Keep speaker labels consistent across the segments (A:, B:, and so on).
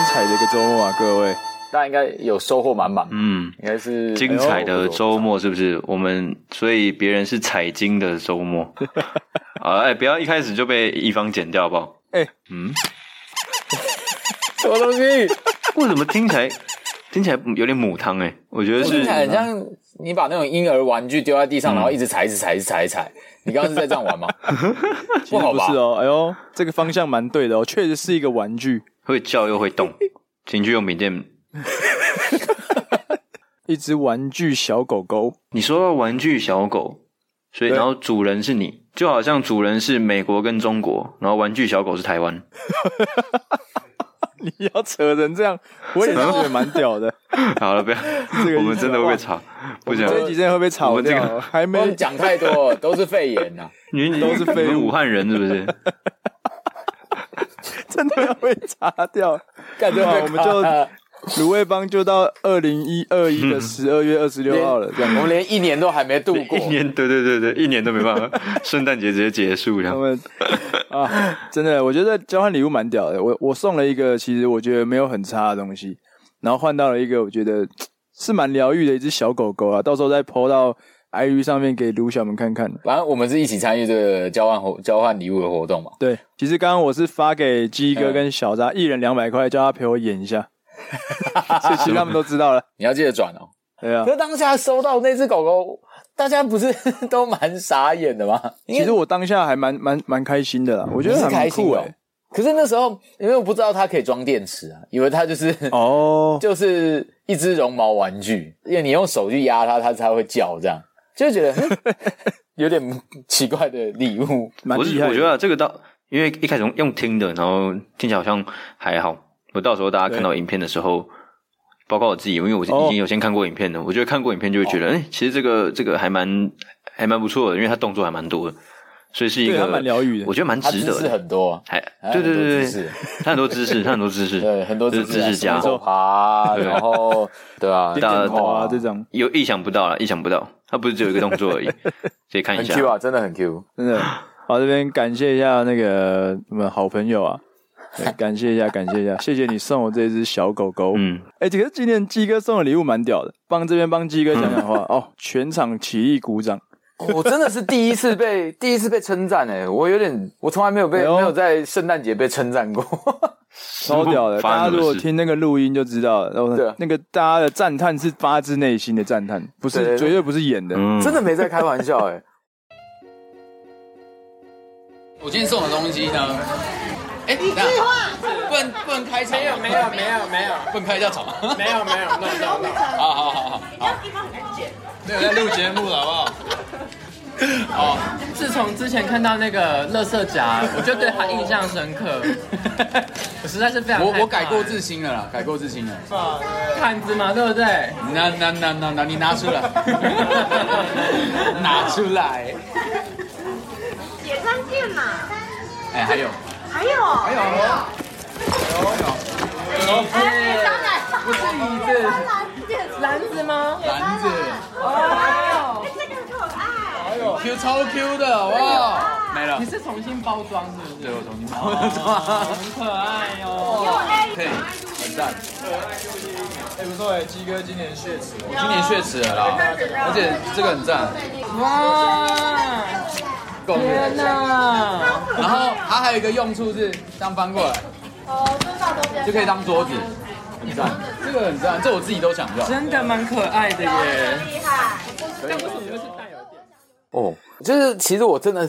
A: 啊，各位。
B: 大家应该有收获满满，
C: 嗯，
B: 应该是
C: 精彩
A: 哎
C: 的周末是不是？我们所以别人是彩金的 周末。好了，哎、不要一开始就被一方剪掉，好不好？
A: 哎
C: 嗯，
B: 什么东西？
C: 为什么听起来 听起来有点母汤、哎，我觉得
B: 听
C: 是
B: 起来很像你把那种婴儿玩具丢在地上，然后一直踩，一直踩，一直踩，一直踩。你刚刚是在这样 玩吗？
A: 其
B: 不
A: 实
B: 好
A: 不
B: 吧
A: 是？哦，哎呦，这个方向蛮对的哦，确实是一个玩具，
C: 会叫又 会动。情趣用品店，
A: 一只玩具小狗狗。
C: 你说到玩具小狗，所以
A: 对
C: 然后主人是你，就好像主人是美国跟中国，然后玩具小狗是台 湾。
A: 你要扯成这样，我也是觉得蛮屌的。
C: 好了，不要，
A: 这个
C: 我们真的会被吵，不啊讲。
A: 这一集真的会被
C: 我
A: 炒
C: 们这个
A: 掉哦，还
B: 不
A: 没
B: 能讲太多，都是啊肺炎呐、
C: 你你
A: 都是废物
C: 你们武汉人是不是？
A: 真的要被查掉。
B: 感觉
A: 好我们就卤味帮就到二零一二一的十二月二十六号了， 这样
B: 我们连一年都还没度过
C: 一。年，对对对对，一年都没办法， 圣诞节直接结束这
A: 他
C: 样。
A: 们啊，真的，我觉得交换礼物蛮屌的。我我送了一个，其实我觉得没有很差的东西，然后换到了一个我觉得是蛮疗愈的一只小狗狗啊，到时候再 PO 到 IG 上面给卢小们看看。
B: 反正我们是一起参与这个交换活交换礼物的活动嘛。
A: 对，其实刚刚我是发给鸡
B: 嗯
A: 哥跟小扎一人两百块，叫他陪我演一下， 所以其实他们都知道了。
B: 你要记得转哦。
A: 对啊
B: 可，是当下收到那只狗狗，大家不是 都蛮傻眼的吗？因
A: 其
B: 为
A: 实我当下还蛮蛮蛮开心的啦，我觉
B: 你
A: 得
B: 是
A: 还蛮
B: 开心
A: 酷
B: 的哦、
A: 哎、
B: 可是那时候因为我不知道它可以装电池啊，以为它就是
A: 哦，
B: 就是一只绒毛玩具，因为你用手去压它，它才会叫，这样就觉得嗯有点奇怪的礼物。
A: 蛮
C: 我是
A: 厉害的。
C: 我觉得这个到，因为一开始用用听的，然后听起来好像还好。我到时候大家看到影片的时候，包括我自己，因为我已
A: 哦
C: 经有先看过影片的，我觉得看过影片就会觉得，哎、其实这个这个还蛮还蛮不错的，因为它动作还蛮多的，所以是一
A: 对
C: 个
A: 它蛮疗愈的
C: 我觉得蛮
B: 它
C: 值
B: 知
C: 得
B: 识
C: 的。
B: 很多，啊
C: 还
B: 还
C: 对对
B: 很多
C: 对
B: 知
C: 对
B: 识，
C: 它很多知识，它很多知 识，
B: 对，很多
C: 这
B: 知
C: 是知识家，
B: 手爬，啊然 后对啊，
A: 点
C: 大
A: 点
C: 家
A: 头啊
B: 哇
A: 这种，
C: 有意想不到啊，意想不到，它不是只有一个动作而已，可以看一
B: 很
C: 下。
B: Q 啊，真的很 Q。
A: 真 的。好，这边感谢一下那个我们好朋友 啊，对感谢一下，感谢一下，谢谢你送我这只小狗狗。嗯，
C: 嗯，
A: 哎、这个今天鸡哥送的礼物蛮屌的，帮这边帮鸡哥讲讲话、
C: 嗯
A: 哦，全场起立鼓掌。
B: 我真的是第一次被 第一次被称赞哎，我有点，我从来没有被、
A: 哎呦
B: 没有在圣诞节被称赞过。
A: 超屌的！
C: 发
A: 大
C: 生
A: 家
C: 什
A: 如果
C: 么事？
A: 听那个录音就知道了，然后
B: 对啊
A: 那个大家的赞叹是发自内心的赞叹，不是
B: 对对对
A: 绝对不是演的。
C: 嗯
B: 真的没在开玩笑哎、我今天送的东西呢？哎、你等一下，不能不能开场，没有没有没有没有，不能开下场，没有没有，没有，没有，好好好好，这样地方很难剪，没有在录节目了，好不好？
D: 自从之前看到那个垃圾 夹，我就对他印象深刻。我实在是非常
E: 哦我我改过
D: 自
E: 自新了啦，改过自新了。
D: 毯子嘛，对不对？
E: 拿拿拿拿拿，你拿 出来，拿出来。
F: 野餐垫呐，
E: 哎，还有，
F: 还有还有还有还有，当然不是椅子，当然
D: 篮子吗？
E: 篮子
F: 哦，哎这个很可爱，
E: ，Q 超 Q 的，哇，没了
D: 你。是重新包装是不是？
E: 对，我重新包装。
D: 很可爱哦。
F: 有哎，
E: 嘿，很赞。
A: 哎、不错哎、鸡哥今年血池，
E: 我今年血池了啦，而且这个很赞。
D: 哇！
E: 够了
D: 天哪！
E: 然后它还有一个用处是，这样翻过来
F: 哦，蹲到中间
E: 就可以当桌子，很赞。这个很赞，这我自己都想要。
D: 真的蛮可爱的耶。
F: 厉害，
B: 哦，就是其实我真的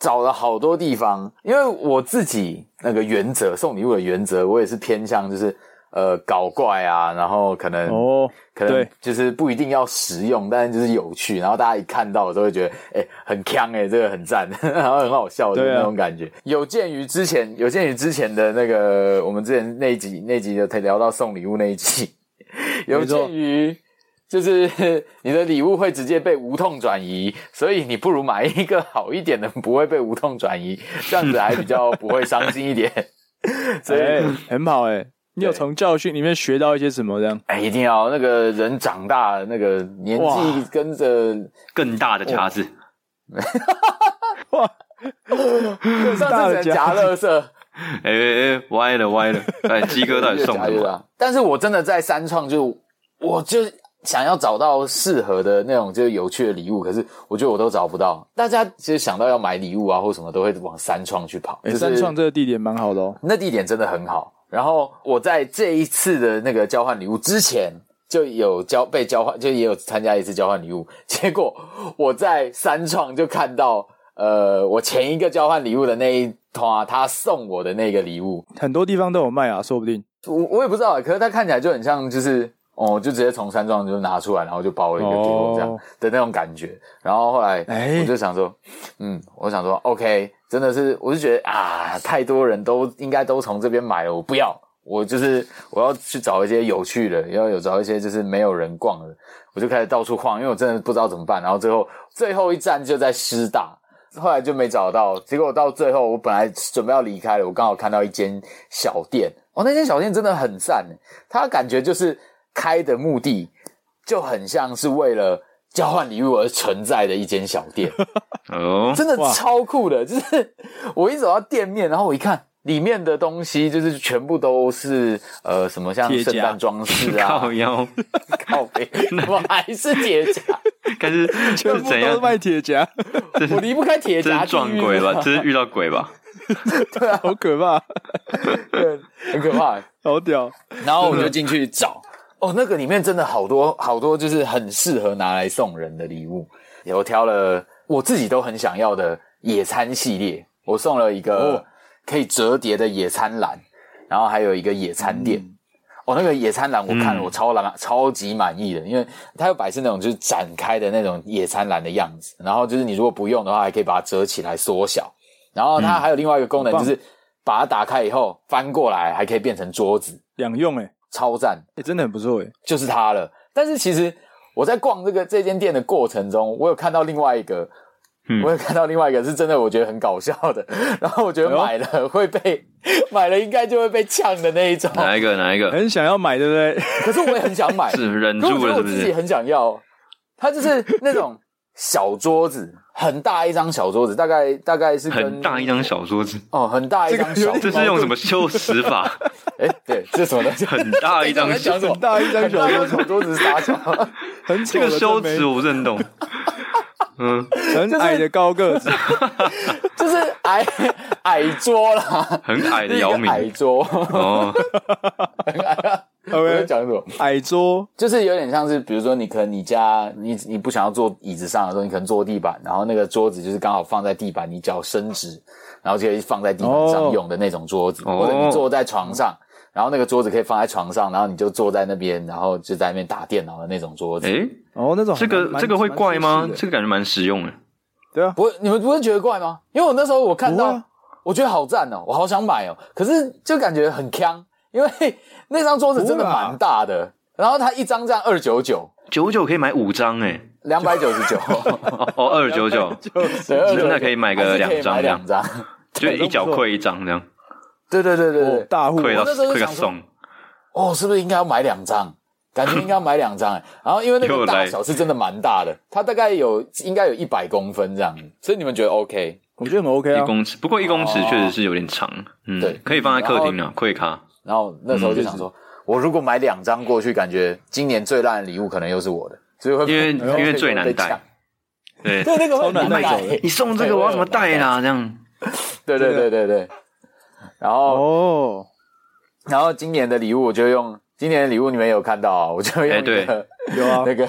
B: 找了好多地方，因为我自己那个原则送礼物的原则，我也是偏向就是呃搞怪啊，然后可能
A: 哦，
B: 可能
A: 对
B: 就是不一定要实用，但是就是有趣，然后大家一看到都会觉得，哎、很强哎、这个很赞， 然后很好笑的
A: 对啊
B: 那种感觉。有鉴于之前，有鉴于之前的那个，我们之前那一集那集的聊到送礼物那一集， 有鉴于就是你的礼物会直接被无痛转移，所以你不如买一个好一点的，不会被无痛转移，这样子还比较不会伤心一点。 所以
A: 哎、很好哎、你有从教训里面学到一些什么？这样
B: 哎，一定要那个人长大，那个年
A: 哇
B: 纪跟着
C: 更大的
B: 哦
C: 夹子，
A: 哇，
B: 上次只能夹乐色，
C: 哎哎哎，歪了 歪了，哎，鸡哥到底
B: 越
C: 送
B: 夹
C: 什
B: 越
C: 么？
B: 大。但是我真的在三创就，我就想要找到适合的那种就是有趣的礼物，可是我觉得我都找不到。大家其实想到要买礼物啊或什么，都会往三创去跑。
A: 哎、
B: 就是
A: 三创这个地点蛮好的哦。
B: 那地点真的很好。然后我在这一次的那个交换礼物之前就有交被交换，就也有参加一次交换礼物。结果我在三创就看到，呃，我前一个交换礼物的那一团，他送我的那个礼物，
A: 很多地方都有卖啊，说不定
B: 我我也不知道，可是它看起来就很像，就是哦，就直接从山庄就拿出来，然后就包了一个给我这样
A: 哦
B: 的那种感觉。然后后来
A: 哎
B: 我就想说，嗯，我想说，OK，真的是，我就觉得啊，太多人都应该都从这边买了，我不要，我就是我要去找一些有趣的，要有找一些就是没有人逛的，我就开始到处晃，因为我真的不知道怎么办。然后最后最后一站就在师大，后来就没找到。结果到最后，我本来准备要离开了，我刚好看到一间小店，哦，那间小店真的很赞耶，它感觉就是开的目的就很像是为了。交换礼物而存在的一间小 店，
C: 哦，
B: 真的
A: 哇
B: 超酷的。就是我一走到店面，然后我一看里面的东西，就是全部都是呃什么像
A: 铁甲
B: 圣诞装饰啊，
C: 靠腰，
B: 靠背，我还是铁甲，
C: 但是
A: 全
C: 这
A: 部
C: 是怎
A: 都是
C: 样？
A: 卖铁夹，
B: 我离不开铁
C: 这
B: 甲啊
C: 是撞鬼吧？这是遇到鬼吧？
A: 好可怕，
B: 对，很可怕。
A: 好屌！
B: 然后我就进去找， 哦，那个里面真的好多好多，就是很适合拿来送人的礼物。我挑了我自己都很想要的野餐系列，我送了一个
A: 哦
B: 可以折叠的野餐篮，然后还有一个野餐垫。哦，那个野餐篮我看了，
C: 嗯
B: 我超满、超级满意的，因为它又摆是那种就是展开的那种野餐篮的样子，然后就是你如果不用的话，还可以把它折起来缩小，然后它还有另外一个功能就
A: 很棒
B: 是把它打开以后翻过来，还可以变成桌子，
A: 两用哎、欸
B: 超赞，
A: 欸真的很不错哎、
B: 就是它了。但是其实我在逛这个这间店的过程中，我有看到另外一个，
C: 嗯
B: 我有看到另外一个是真的，我觉得很搞笑的。 然后我觉得买了会被、
C: 哎
B: 买了应该就会被呛的那一种，
C: 哪一个？哪一个？
A: 很想要买，对不对？
B: 可是我也很想买，
C: 哎是忍
B: 可我
C: 住
B: 觉
C: 了，
B: 得我
C: 是不
B: 自己
C: 是？
B: 很想要，它就是那种小桌子，很大一张小桌子，大概大概是跟
C: 很大一张小桌子，
B: 哦，很大一张
A: 这个有
B: 小
A: 点
C: 这
B: 桌
C: 是
B: 子，
C: 用什么修辞 法？
B: 哎、对，这是什么东西？
C: 很大一 张
B: 我在
C: 小
B: 讲，什么
A: 很？大一张
B: 很
A: 小
B: 大一张
A: 桌子，
B: 小桌子是啥小？
A: 很丑
C: 这个
A: 的
C: 修
A: 真
C: 辞
A: 没，
C: 我不认同。嗯，
A: 很矮的高个 子，
B: 就是矮矮桌啦，
C: 很矮的姚明
B: 就是一个矮桌，
C: 哦，
B: 很矮啊。
A: OK
B: 我在讲什么？
A: 矮桌，
B: 就是有点像是，比如说你可能你家你你不想要坐椅子上的时候，你可能坐地板，然后那个桌子就是刚好放在地板，你脚伸直，然后就可以放在地板上
A: 哦
B: 用的那种桌子，
C: 哦
B: 或者你坐在床上，然后那个桌子可以放在床上，然后你就坐在那边，然后就在那边打电脑的那种桌子。
C: 诶，
A: 哦，那种
C: 哎这
A: 蛮
C: 个
A: 蛮
C: 这个会怪吗
A: 蛮？舒适
C: 这
A: 的
C: 个感觉蛮实用的。
A: 对啊，
B: 不会，你们不会觉得怪吗？因为我那时候我看
A: 不
B: 到
A: 会啊，
B: 我觉得好赞哦，我好想买哦，可是就感觉很呛，因为 那张桌子真的
A: 不会啊
B: 蛮大的，然后它一张这样二九九，
C: 九九可以买五张哎，
B: 两百九十 九，
C: 哦哦，二九九
B: 299
C: 那可以买个
B: 还是可以
C: 两张
B: 买两张。
C: 就 一脚跪一张这样，
B: 对对对对
A: 哦
B: 对，
A: 大户
C: 跪到
B: 我那时候就
C: 跪到
B: 想说
C: 送。
B: 哦，是不是应该要买两张？感觉应该要买两张哎，然后因为那
C: 又
B: 个大
C: 来
B: 小是真的蛮大的，它大概有应该有一百公分这样，所以你们觉得 OK？
A: 我觉得很 OK
C: 一
A: 啊，
C: 公尺，不过一公尺确实是有点长，嗯，
B: 哦对
C: 可以放在客厅啊，跪卡，
B: 然后那
C: 嗯
B: 时候就想说，我如果买两张过去，感觉今年最烂的礼物可能又是我的，所以会
C: 因为
B: 被
C: 因为最难带
B: 被抢
C: 对，
B: 对，那哎个
A: 超难
B: 很
A: 带
B: 带
A: 走的。
C: 你送这个我要怎么带啊啦？这样，
B: 对对对对对。然后，
A: 哦，
B: 然后今年的礼物我就用今年的礼物，你们有看到啊？ 我就用
C: 哎
B: 一
C: 对
B: 个
A: 有 啊，
B: 那个，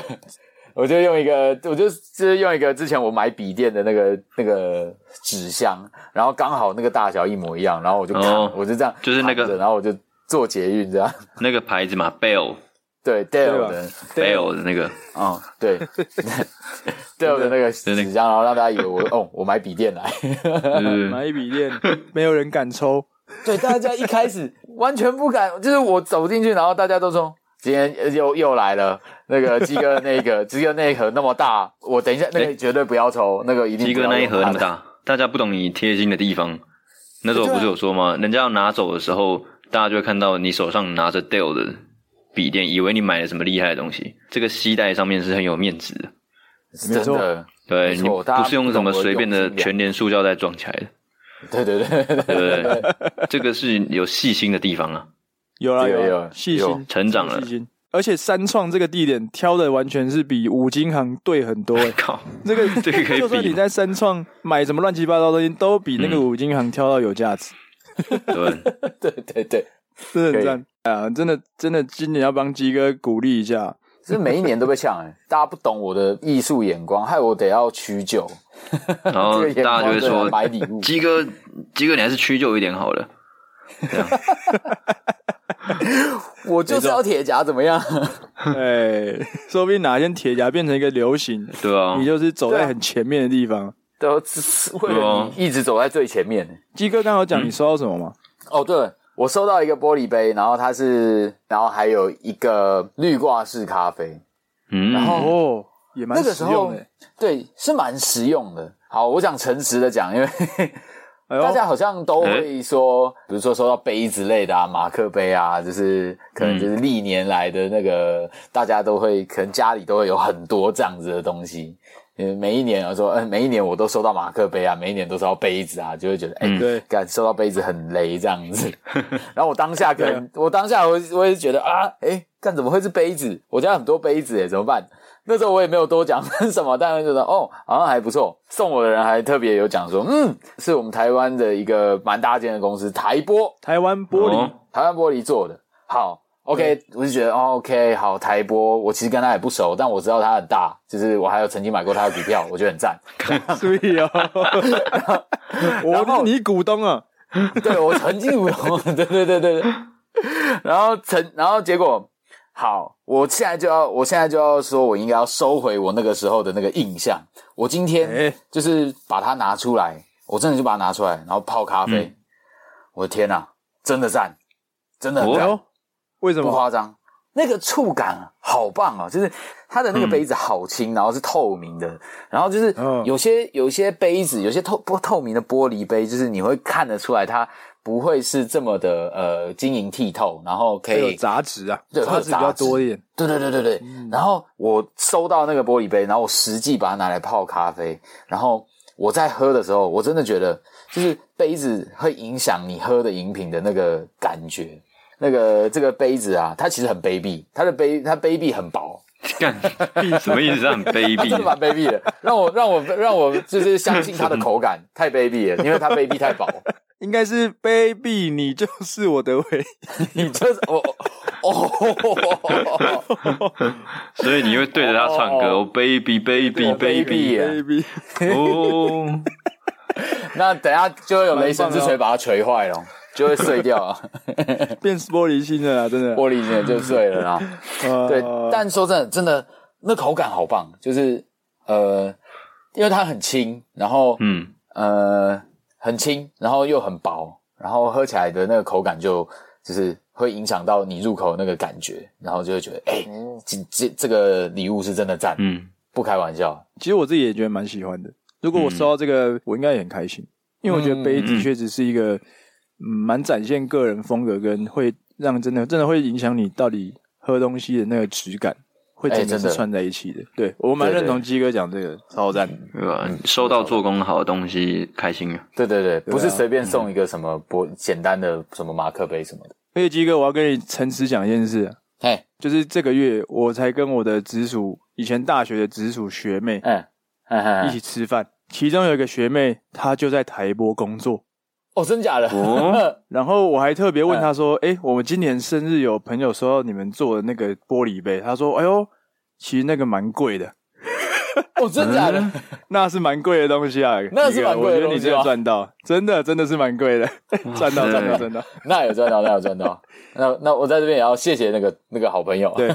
B: 我就用一个，我就就是用一个之前我买笔电的那个那个纸箱，然后刚好那个大小一模一样，然后我就
C: 哦
B: 扛，我就这样扛着，
C: 就是那个
B: 然后我就做捷运这样。
C: 那个牌子嘛，Bell
B: 对
A: 对
B: ，Dell
A: 吧
B: 的，
C: Bell 的 那个，
B: 嗯，对，Dell 的那个纸箱，然后让大家以为我哦，我买笔电来。
C: 嗯，
A: 买一笔电， 没有人敢抽，
B: 对，大家一开始完全不敢，就是我走进去，然后大家都说今天呃又又来了，那个鸡哥那个鸡哥那一盒那么大，我等一下那个
C: 哎
B: 绝对不要抽，那个一定
C: 鸡
B: 不
C: 哥
B: 要
C: 那一盒
B: 用
C: 那
B: 它的，
C: 么大，大家不懂你贴心的地方。那时候我不是有说吗？人家要拿走的时候，大家就会看到你手上拿着 Dell 的笔电，以为你买了什么厉害的东西。这个吸带上面是很有面子的，
A: 没
B: 真
A: 错
B: 的。
C: 对
B: 没
C: 你
B: 错大家
C: 不是用什么随便
B: 不懂得
C: 的
B: 用心良
C: 全联塑胶袋装起来的。
B: 对对对对
C: 对
B: 对
C: 不
B: 对，
C: 对？ 这个是有细心的地方啊，
A: 有啦
B: 有
A: 有
B: 有
A: 啦，细
B: 有
A: 心
C: 成长了，
A: 细心。而且三创这个地点挑的完全是比五金行对很多、欸
C: 靠，
A: 这个
C: 这个可 以
A: 就算
C: 比
A: 你在三创买什么乱七八糟的东西，都比那个
C: 嗯
A: 五金行挑到有价值，
C: 对，
B: 对对对，
A: 真的
B: 可
A: 很
B: 以
A: 赞啊！真的真的，今年要帮鸡哥鼓励 一下，
B: 是每一年都被呛哎、大家不懂我的艺术眼光，害我得要取酒，
C: 然后
B: 这个眼
C: 大家就
B: 光
C: 会
B: 真的
C: 说
B: 买礼物，
C: 鸡哥，鸡哥你还是屈就一点好了。
B: 我就是要铁夹，怎么样？
A: 哎，说不定哪天铁夹变成一个流行，
C: 对啊
A: 你，就是走
B: 对
A: 在
B: 啊
A: 很前面的地方。
B: 都只是为
A: 啊
B: 了你一直走在最前面、
A: 鸡哥刚好讲你收到什么吗？
B: 哦，对，我收到一个玻璃杯，然后它是，然后还有一个绿挂式咖啡，然
C: 嗯，
B: 后
A: 哦，也蛮
B: 那个
A: 实
B: 时候
A: 用的。
B: 对，是蛮实用的。好，我讲诚实的讲，因为
A: 哎
B: 大
A: 呦，
B: 家好像都会说，比如说收到杯之类的啊，马克杯啊，就是可
A: 嗯
B: 能就是历年来的那个，大家都会可能家里都会有很多这样子的东西。嗯，每一年我说，嗯、每一年我都收到马克杯啊，每一年都收到杯子啊，就会觉得，哎、
C: 嗯
A: 对
B: 感收到杯子很雷这样子。然后我当下可能，我当下我我也觉得啊，哎，干怎么会是杯子？我家很多杯子哎，怎么办？那时候我也没有多讲什么，但是觉得哦，好像还不错。送我的人还特别有讲说，嗯，是我们台湾的一个蛮大间的公司，台玻，
A: 台湾玻璃，
C: 哦
B: 台湾玻璃做的。好，OK，我就觉得哦 OK，好，台玻，我其实跟他也不熟，但我知道他很大，就是我还有曾经买过他的股票，我觉得很赞。
A: 注 意哦，我
B: 然
A: 是
B: 后
A: 你股东啊，
B: 对我曾经无痛，对对对对对。然后曾，然后结果好，我现在就要，我现在就要说，我应该要收回我那个时候的那个印象。我今天
A: 哎
B: 就是把它拿出来，我真的就把它拿出来，然后泡咖啡。我的天呐、真的赞，真的很赞。
C: 哦
A: 哦，为什
B: 不
A: 么？
B: 夸张，那个触感啊好棒哦，就是它的那个杯子好轻，然后是透明的，然后就是
A: 嗯
B: 有些、有些杯子，有些透不透明的玻璃杯，就是你会看得出来它不会是这么的呃晶莹剔透，然后可
A: 会有
B: 以
A: 杂质啊，
B: 对会
A: 杂
B: 有
A: 质比较
B: 杂质
A: 多一点。
B: 对对对对对。然后我收到那个玻璃杯，然后我实际把它拿来泡咖啡，然后我在喝的时候，我真的觉得就是杯子会影响你喝的饮品的那个感觉。那个这个杯子啊，它其实很卑鄙，它的杯它杯壁很薄，
C: 干，什么意思？很 卑
B: 它真的蛮
C: 鄙。
B: 卑鄙的。让我让我让我就是相信它的口感太卑鄙了，因为它杯壁太薄。
A: 应该是 baby，你就是我的唯
B: 你就是我哦，
C: 所以你会对着他唱歌
B: 哦
C: 哦，baby baby
B: 对
C: baby，
B: baby
A: 一
B: 对啊
A: baby。
C: 哦，
B: 那等一下就会有雷神之锤把它锤坏了，就会碎掉了。
A: 变玻璃心了啦，真的。
B: 玻璃眼就碎了啦。
A: 呃
B: 对，但说真的，真的那口感好棒，就是呃，因为它很轻，然后
C: 嗯，
B: 呃很轻，然后又很薄，然后喝起来的那个口感就就是会影响到你入口那个感觉，然后就会觉得哎、这这这个礼物是真的赞，
C: 嗯，
B: 不开玩笑。
A: 其实我自己也觉得蛮喜欢的。如
B: 嗯
A: 果我收到这个，我应该也很开心，因为我觉得杯
C: 嗯嗯
A: 子
C: 嗯
A: 确实是一个嗯蛮展现个人风格跟会让真的真的会影响你到底喝东西的那个质感，会整
B: 哎
A: 个
B: 真
A: 是
B: 的
A: 串在一起的。对我蛮
B: 对对
A: 认同鸡哥讲这个，嗯超赞。
C: 对吧？收到做工好的东西，开心啊。
B: 对对对，不是
A: 对啊
B: 随便送一个什么玻、简单的什么马克杯什么的。
A: 而且鸡哥，我要跟你诚实讲一件事，啊
B: 嘿，
A: 就是这个月我才跟我的直属以前大学的直属学妹
B: 嗯，嘿嘿
A: 一
B: 嘿
A: 起吃饭，其中有一个学妹她就在台播工作。
B: 哦，真假的？
C: 哦
A: 然后我还特别问他说：“哎、我们今年生日有朋友收到你们做的那个玻璃杯，他说：‘哎呦，其实那个蛮贵的，
B: 哦，真假的？
A: 那是蛮贵的东西啊，
B: 那是蛮贵的
A: 一个我觉得
B: 东
A: 你
B: 西
A: 真
B: 啊
A: 的赚到，真的真的是蛮贵的，赚到
C: 塞
A: 赚到赚到。
B: 那有赚到，那有赚 到。那那我在这边也要谢谢那个那个好朋友，
A: 对，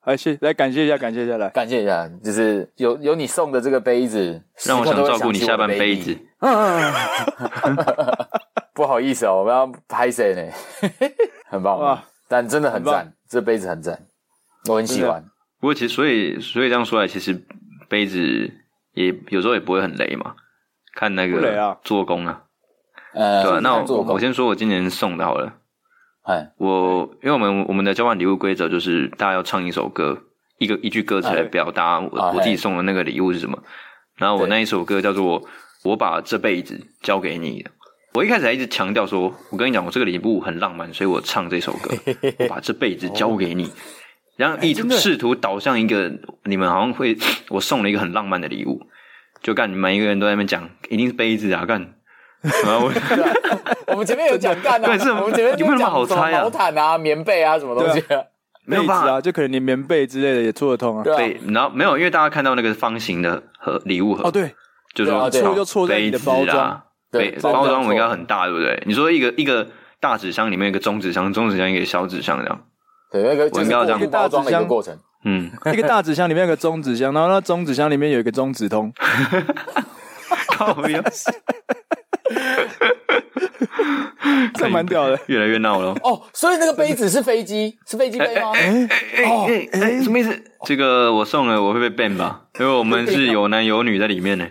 A: 哎，谢来感谢一下，感谢一下来。
B: 感谢一下，就是有有你送的这个杯子，
C: 让我
B: 时刻
C: 想
B: 都会
C: 照顾你
B: 起
C: 下
B: 我的
C: 半辈
B: 底
C: 子。。
B: 不好意思哦，我们要拍谁呢？ 很棒
A: 哇
B: 哇，但真的很
A: 很
B: 赞
A: 棒，
B: 这杯子很赞，我很喜欢。
C: 不过其实，所以所以这样说来，其实杯子也有时候也不会很雷嘛，看那
A: 不雷
C: 个
A: 啊
C: 做工啊，
B: 呃
C: 对吧？那
B: 做
C: 我
B: 工
C: 我，先说我今年送的好了。
B: 哎，
C: 我因为我们我们的交换礼物规则就是大家要唱一首歌，一个一句歌词来表达我、
B: 啊
C: 我自己
B: 嘿
C: 送的那个礼物是什么。然后我
B: 对
C: 那一首歌叫做《我把这辈子交给你》，我一开始还一直强调说，我跟你讲，我这个礼物很浪漫，所以我唱这首 歌，我把这辈子交给
B: 哦
C: 你，然后意
B: 哎
C: 图试图导向一个你们好像会， 我送了一个很浪漫的礼物，就干你们每一个人都在那边讲，一定是杯子啊，干，然后 我
B: 啊我们前面有讲干啊，
C: 对是
B: 我们前面就
C: 有没有那么
B: 讲
C: 好
B: 什么
C: 猜啊
B: 毛毯啊、棉被啊什么东西啊，
A: 被
C: 没有
A: 子
C: 办法
A: 啊，就可能连棉被之类的也做得通啊。
B: 对啊
C: 对，然后没有，因为大家看到那个方形的盒礼物盒，
A: 哦，对，
C: 就说
B: 对啊对
C: 哦
A: 就错在你的包
C: 杯子啊
A: 装
B: 对
C: 对，
B: 包装
C: 包装我们应该
B: 错
C: 很大，对不对？你说一个一个大纸箱里面一个中纸箱，中纸箱一个小纸箱这样，
B: 对，那个就
C: 我应
B: 是
C: 该要这样
B: 过度包装的一个过程。
C: 嗯，
A: 一个大纸箱里面有个中纸箱，然后那中纸箱里面有一个中指通，
C: 靠呀，
A: 这蛮屌 的。
C: 越来越闹了。
B: 哦，所以那个杯子是飞机，是飞机杯 吗？
C: 哎哎哎，什么意思？这个我送了，我会被 ban 吧？因为我们是有男有女在里 面呢。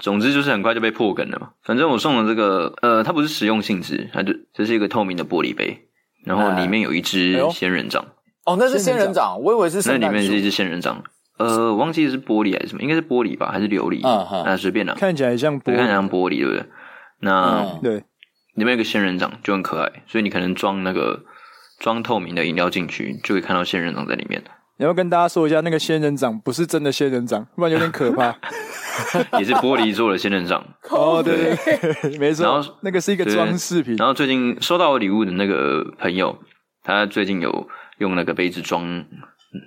C: 总之就是很快就被破梗了嘛。反正我送的这个，呃，它不是实用性质，它就这是一个透明的玻璃杯，然后里面有一
A: 哎
C: 只
A: 呦
C: 仙人掌，
B: 哦，那是仙人掌，我以为是
C: 那
B: 圣
C: 里
B: 诞
C: 面是一
B: 树。
C: 只仙人掌。呃，我忘记是玻璃还是什么，应该是玻璃吧，还是琉璃？
B: 嗯哼
C: 啊，随便啦，
A: 看起来像玻
C: 对，看起来
A: 璃，
C: 像玻璃，对不对？那、
B: 嗯
A: 对，
C: 里面有个仙人掌就很可爱，所以你可能装那个装透明的饮料进去，就可以看到仙人掌在里面，
A: 你要跟大家说一下，那个仙人掌不是真的仙人掌，不然有点可怕。
C: 也是玻璃做的仙人掌。
A: 哦，对对对，没
C: 然
A: 错
C: 后，
A: 那个是一个
C: 对
A: 装饰品。
C: 然后最近收到我礼物的那个朋友，他最近有用那个杯子装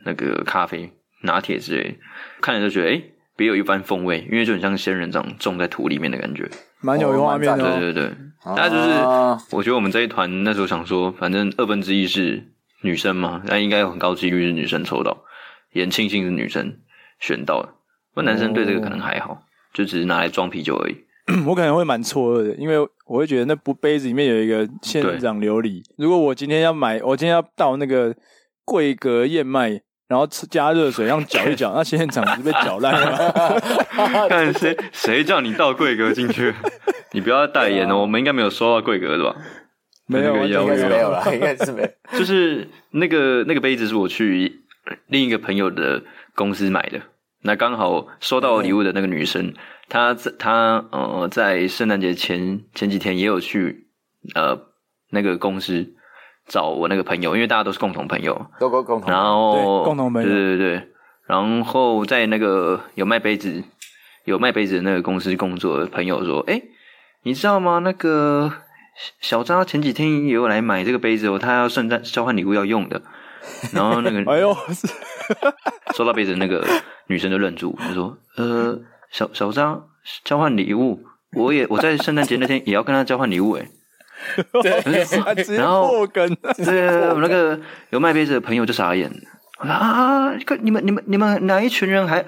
C: 那个咖啡、拿铁之类的，看着就觉得诶，别有一番风味，因为就很像仙人掌种在土里面的感觉。
A: 蛮有画面的、
C: 对
A: 哦。
C: 对对，大家就是
B: 啊
C: 我觉得我们这一团那时候想说，反正二分之一是女生嘛，那应该有很高几率是女生抽到，也很庆幸是女生选到了。不过男生对这个可能还好，就只是拿来装啤酒而已。
A: 嗯我可能会蛮错愕的，因为我会觉得那不杯子里面有一个仙人掌琉璃。如果我今天要买，我今天要到那个桂格燕麦，然后吃加热水，让搅一 搅，那仙人掌不是被搅烂了吗？
C: 看谁谁叫你到贵格进去，你不要代言哦，我们应该没有收到贵格的吧？
A: 没有
C: 那个
A: 完全
C: 腰
B: 应该是没
C: 围
B: 有
C: 哦
B: 了，应该是没有。
C: 就是那个那个杯子是我去另一个朋友的公司买的，那刚好收到我礼物的那个女生，她在她呃在圣诞节前前几天也有去呃那个公司找我那个朋友，因为大家都是共同朋友，
B: 都共共同
C: 然后
A: 对共同朋友
C: 哦对对对，然后在那个有卖杯子有卖杯子的那个公司工作的朋友说，哎，你知道吗？那个小张前几天也有来买这个杯子哦，他要圣诞交换礼物要用 的。然后那
A: 哎
C: 个
A: 呦，
C: 收到杯子的那个女生就愣住，她说：“呃，小小张交换礼物，我也我在圣诞节那天也要跟他交换礼物诶。
A: 他直接破梗，
C: 对，我们那个有卖杯子的朋友就傻眼，我说啊，个你们你们你们哪一群人还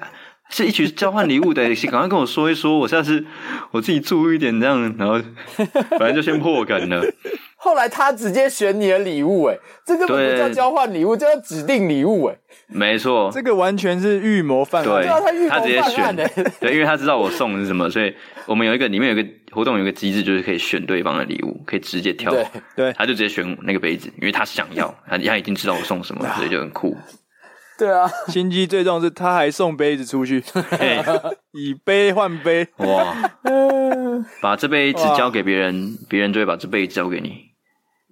C: 是一起交换礼物的？赶快跟我说一说，我下次 我自己注意一点这样。然后反正就先破梗了，
B: 后来他直接选你的礼物，哎，这根本不
C: 对
B: 叫交换礼物，这叫指定礼物，哎，
C: 没错，
A: 这个完全是预谋犯案。
C: 对
B: 对啊他预，
C: 他直接
B: 谋犯
C: 选
B: 案欸，
C: 对，因为他知道我送的是什么，所以我们有一个里面有一个活动有一个机制，就是可以选对方的礼物，可以直接挑。
B: 对
A: 对
C: 他就直接选那个杯子，因为他想要，他他已经知道我 送什么，所以就很酷。
B: 对啊，
A: 心机最重是他还送杯子出去，
C: 嘿
A: 以杯换杯，
C: 哇！把这辈子交给别人，别人就会把这辈子交给你。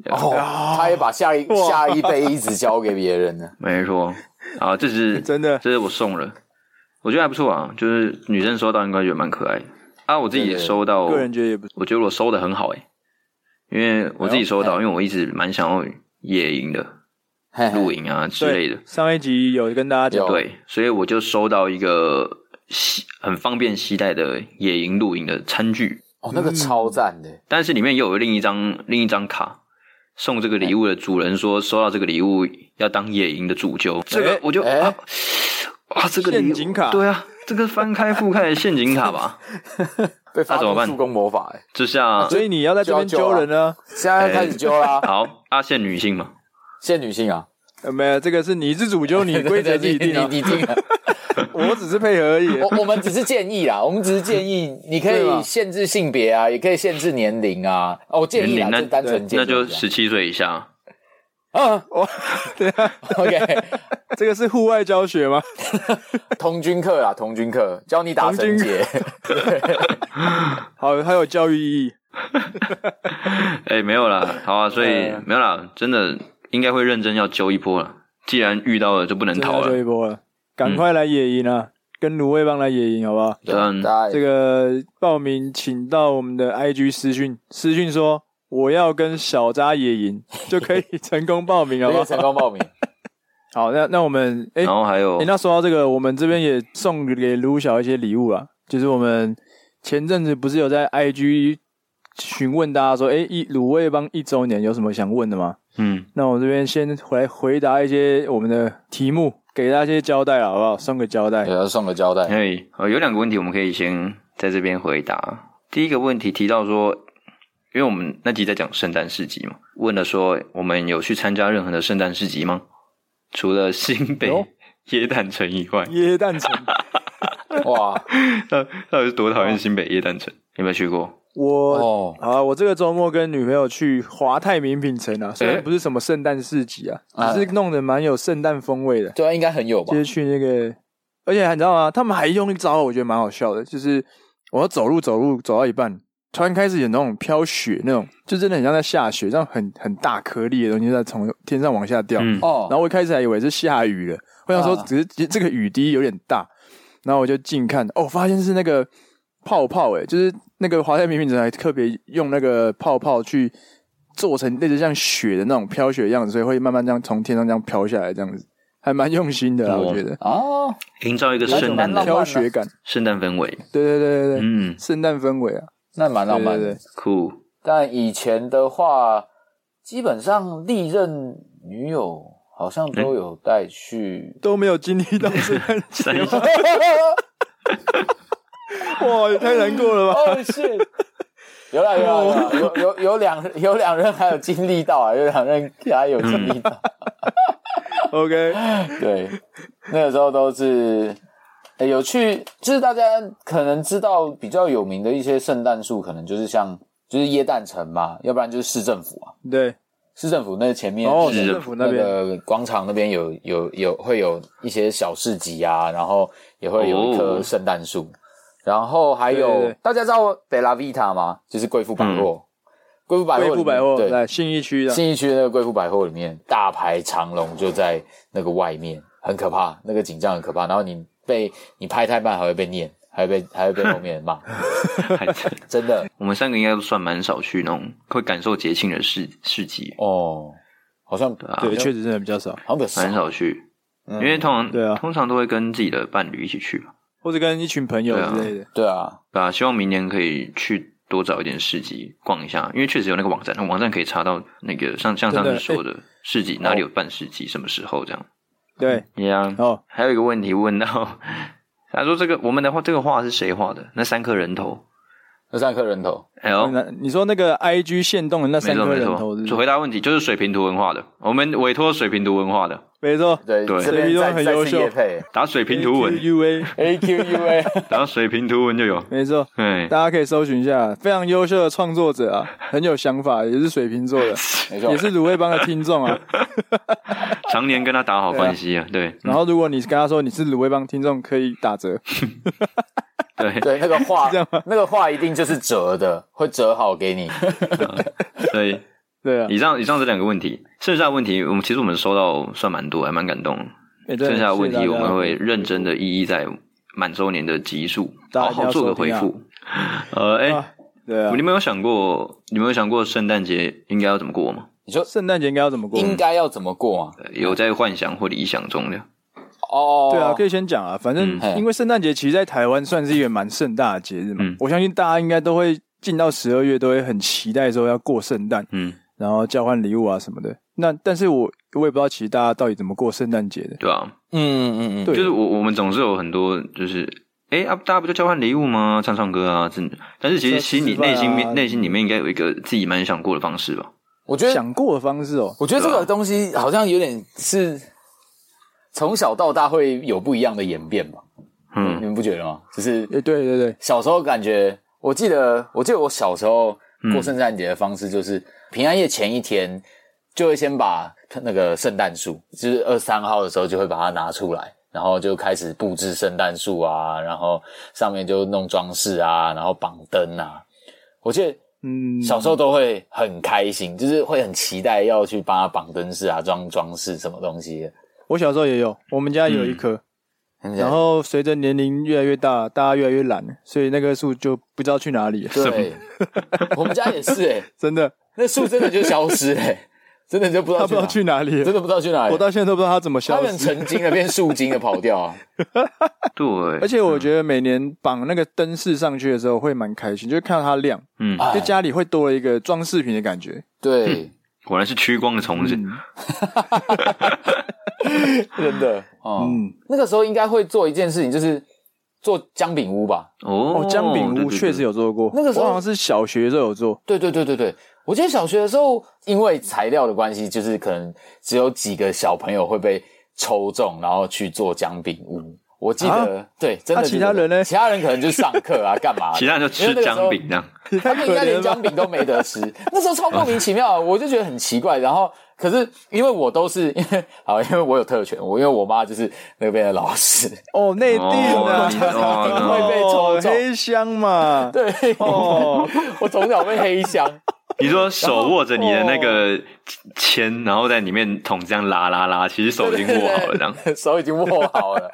C: 啊
B: 哦，他也把下一
A: 哇
B: 下一杯一直交给别人呢，
C: 没错啊，这是
A: 真的
C: 这是我送了，我觉得还不错啊，就是女生收到应该觉得蛮可爱的啊，我自己也收到，
A: 个人觉得也不
C: 我觉得我收的很好诶、因为我自己收
B: 哎
C: 到，因为我一直蛮想要野营的
B: 嘿嘿
C: 露营啊之类的，
A: 哎对上一集有跟大家讲
B: 有，
C: 对，所以我就收到一个携很方便携带的野营露营的餐具，
B: 哦，那个超赞的，
C: 但是里面又有另一张另一张卡，送这个礼物的主人说收到这个礼物要当野营的主揪，这个我就、
B: 哎
C: 啊，哇，这个礼
A: 陷
C: 物
A: 阱卡
C: 对啊，这个翻开覆开的陷阱卡吧，
B: 被发
C: 那怎么
B: 动
C: 办
B: 助攻魔法，哎，
C: 这下
A: 啊所以你要在这边
B: 就要
A: 揪
B: 揪啊
A: 人呢、
B: 现在开始揪 啦，
C: 好阿宪女性嘛，
B: 现女性啊，
A: 呃，没有，这个是你自主揪，你规则自己定啊
B: 你，你定啊。
A: 我只是配合而已。
B: 我我们只是建议啦，我们只是建议，你可
A: 对吧
B: 以限制性别啊，也可以限制年龄啊。哦，建
C: 年
B: 议
C: 龄
B: 啦，
C: 那
B: 就单纯建议
C: 那
B: 这样。
C: 就十七岁以下，
B: 啊
A: 我对啊，
B: ，OK，
A: 这个是户外教学吗？
B: 童军课啦，童军课教你打
A: 童军
B: 绳结，
A: 好，还有教育意义。
C: 哎、没有啦，好啊，所以
A: 嗯
C: 没有啦，真的应该会认真要揪一波了。既然遇到了，就不能
A: 真的
C: 逃
A: 要就
C: 了。
A: 一波了，赶快来野营啊，跟芦苇帮来野营好不好？
C: 对啊嗯
B: 大家
A: 这
B: 也
A: 个报名请到我们的 IG 私讯，私讯说我要跟小扎野营，就可以 成功报名好
B: 没
A: 不
B: 有成
A: 好？
B: 功报 名，
A: 好，那那我们哎、
C: 然后还有
A: 诶，那说到这个，我们这边也送给卢晓一些礼物啊，就是我们前阵子不是有在 IG 询问大家说，哎、一卤味帮一周年有什么想问的吗？
C: 嗯，
A: 那我这边先回来回答一些我们的题目，给大家一些交代啊，好不好？送个交代
B: 也。要送个交代。
C: 所以呃有两个问题我们可以先在这边回答。第一个问题提到说，因为我们那集在讲圣诞市集嘛，问了说我们有去参加任何的圣诞市集吗？除了新北
A: 有
C: 耶诞城以外，
A: 椰蛋城，
B: 哇，
C: 到到底是多讨厌新北耶诞城？有没有去过？
A: 我、
B: 哦，
A: 好啊，我这个周末跟女朋友去华泰名品城啊，虽然
C: 诶
A: 不是什么圣诞市集啊，
B: 哎
A: 只是弄得蛮有圣诞风味的。
B: 对啊，应该很有吧
A: 就？是去那个，而且你知道吗？他们还用一招，我觉得蛮好笑的，就是我要走路走路走到一半，突然开始有那种飘雪那种，就真的很像在下雪，这样很很大颗粒的东西在从天上往下掉。
C: 嗯
B: 哦，
A: 然后我一开始还以为是下雨了，我想说
B: 啊
A: 只是这个雨滴有点大，然后我就近看，哦，发现是那个泡泡、欸，就是那个华泰名品城还特别用那个泡泡去做成类似像雪的那种飘雪的样子，所以会慢慢这样从天上这样飘下来，这样子还蛮用心的啦，啊
C: 哦
A: 我觉得
B: 哦，
C: 营造一个圣诞
B: 那种
C: 的
A: 飘雪感，
C: 圣诞氛围。
A: 对对对对对，
C: 嗯，
A: 圣诞氛围啊，
B: 那蛮浪漫
A: 对
B: 的
A: 对。对
C: 酷。
B: 但以前的话，基本上历任女友好像都有带去。
A: 都没有经历到圣 诞
C: 三
A: 节，哇，也太难过了吧！
B: 哦，是。有啦有啦有啦有有有两有两人还有经历到啊，有两人还有经历到，
A: OK，
B: 对，那个时候都是、诶有去，就是大家可能知道比较有名的一些圣诞树，可能就是像就是椰蛋城嘛，要不然就是市政府啊，
A: 对，
B: 市政府那前面
A: 然后
B: 是
A: 哦市政府那边
B: 个广场那边有有有会有一些小市集啊，然后也会有一棵
C: 哦
B: 圣诞树，然后还有
A: 对对对嗯
B: 大家知道贝拉维塔吗？就是贵妇百货，贵妇百货里
A: 贵
B: 面，
A: 妇百货
B: 对，啊
A: 来信义区的，
B: 信义区的那个贵妇百货里面，大排长龙就在那个外面，很可怕，那个景象很可怕。然后你被你拍太慢，还会被念，还会被还会被后面人骂，
C: 还
B: 真的
C: 我们三个应该都算蛮少去那种会感受节庆的市市集，
B: 哦，好像
C: 对啊，
A: 对，确实真的比较少。
B: 好像比较少
C: 很，少去，
B: 因
C: 因为通常
A: 对啊
C: 通常都会跟自己的伴侣一起去嘛，
A: 或者跟一群朋友
C: 对啊
A: 之类的。
B: 对啊，
C: 对啊，希望明年可以去多找一点市集逛一下，因为确实有那个网站，那网站可以查到那个像像上
A: 真
C: 次
A: 的哎
C: 说的市集哪里有办市集，什么时候这样。
A: 对，
C: 呀、
A: 哦，
C: 还有一个问题问到，他说这个我们的话，这个画是谁画的？那三颗人头，
B: 那三颗人头，
C: 哎呦，
A: 那你说那个 I G 限动的那
C: 没
A: 三
C: 错
A: 颗
C: 没
A: 人
C: 错
A: 头是，不？
C: 就是回答问题就是水平图文化的，我们委托水平图文化的
A: 没错，
B: 对，
C: 对
B: 这边
A: 这
B: 再
A: 边
B: 再
A: 都很优
B: 次
A: 秀
B: 夜配
C: 打水平图文，
A: U A，
B: A Q U A，
C: 打水平图文就有，
A: 没 错，
C: 哎，
A: 大家可以搜寻一下，非常优秀的创作者 啊，很有想法，也是水瓶座的，
B: 没错
A: 也，是卤味帮的听 众啊。
C: 常年跟他打好关系啊， 对，
A: 然后如果你跟他说你是卤味帮听众，可以打折。
C: 对
B: 对，那个画
A: 这样吗嗯
B: 那个画一定就是折的，会折好给你，
C: 所以
A: 对啊，
C: 以上以上这两个问题，剩下的问题我们其实我们收到算蛮多，还蛮感动的。
A: 哎真的
C: 剩下的问
A: 谢
C: 题
A: 谢
C: 我
A: 大家
C: 们会认真的一一在满周年的集数
A: 大家
C: 好
A: 一定要
C: 好做个回
A: 收
C: 复。呃，哎、
A: 啊对啊
C: 你，们有想过，你们有想过圣诞节应该要怎么过吗？
A: 圣诞节应该要怎么过？
B: 应该要怎么过啊？
C: 呃有在幻想或理想中的，
B: 哦，
A: 对啊，可以先讲啊，反正
B: 嗯
A: 因为圣诞节其实，在台湾算是一个蛮盛大的节日嘛
C: 嗯，
A: 我相信大家应该都会进到十二月都会很期待说要过圣诞，
C: 嗯，
A: 然后交换礼物啊什么的。那但是我我也不知道，其实大家到底怎么过圣诞节的。
C: 对吧、
B: 嗯嗯嗯，
A: 对，
C: 就是我我们总是有很多就是。哎啊，大家不就交换礼物吗？唱唱歌啊，真的。但是其实心里
A: 吃饭啊
C: 内心面内心里面应该有一个自己蛮想过的方式吧。
B: 我觉得
A: 想过的方式哦。
B: 我觉得这个东西好像有点是从小到大会有不一样的演变吧，你
C: 嗯
B: 们不觉得吗？就是
A: 诶，对对对，
B: 小时候感觉，我记得，我记得我小时候过圣诞节的方式就是、平安夜前一天就会先把那个圣诞树，就是二三号的时候就会把它拿出来，然后就开始布置圣诞树啊，然后上面就弄装饰啊，然后绑灯啊。我记得
A: 嗯，
B: 小时候都会很开心，就是会很期待要去帮他绑灯饰啊、装装饰什么东西的。
A: 我小时候也有，我们家
B: 嗯
A: 有一棵，然后随着年龄越来越大，大家越来越懒，所以那棵树就不知道去哪里了，
B: 对， 我们家也是哎、
A: 真的，
B: 那树真的就消失哎、 真的就不知
A: 他
B: 道
A: 不知道
B: 哪
A: 去哪里
B: 真
A: 了。
B: 的不知道去哪里。
A: 我到现在都不知道它怎么
B: 他
A: 消
B: 们
A: 失。
B: 成精了，变树精了，跑掉 啊！
C: 对，
A: 而且我觉得每年绑那个灯饰上去的时候会蛮开心，就是看到它亮，
C: 嗯，
B: 哎
A: 就家里会多了一个装饰品的感觉。
B: 对，
C: 果然是趋光的虫子，
B: 嗯真的哦。
A: 嗯
B: 那个时候应该会做一件事情，就是做姜饼屋吧？
C: 哦
A: 哦，姜饼屋确实
C: 有，
A: 有做过，
B: 那个时候
A: 我好像是小学的时候有做，
B: 对对对对对，我记得小学的时候，因为材料的关系，就是可能只有几个小朋友会被抽中，然后去做姜饼屋。我记得，
A: 啊
B: 对，真的
A: 啊
B: 就是
A: 其他人呢
B: 其他人可能就上课啊，干嘛的？
C: 其他人就
B: 因为
C: 吃
B: 那个时候
C: 姜饼这样。
B: 他们应该连姜饼都没 得吃。那时候超莫名其妙，我就觉得很奇怪。然后，可是因为我都是 因为好，因为我有特权，我因为我妈就是那边的老师，
A: 哦，内定
C: 哦
A: 啊，
C: 你哦
B: 会被抽中
A: 黑箱嘛，
B: 对，
A: 哦，
B: 我从小被黑箱，
C: 你说手握着你的那个签，然后在里面桶这样拉 拉拉，其实手已经握好了这样。
B: 手已经握好了。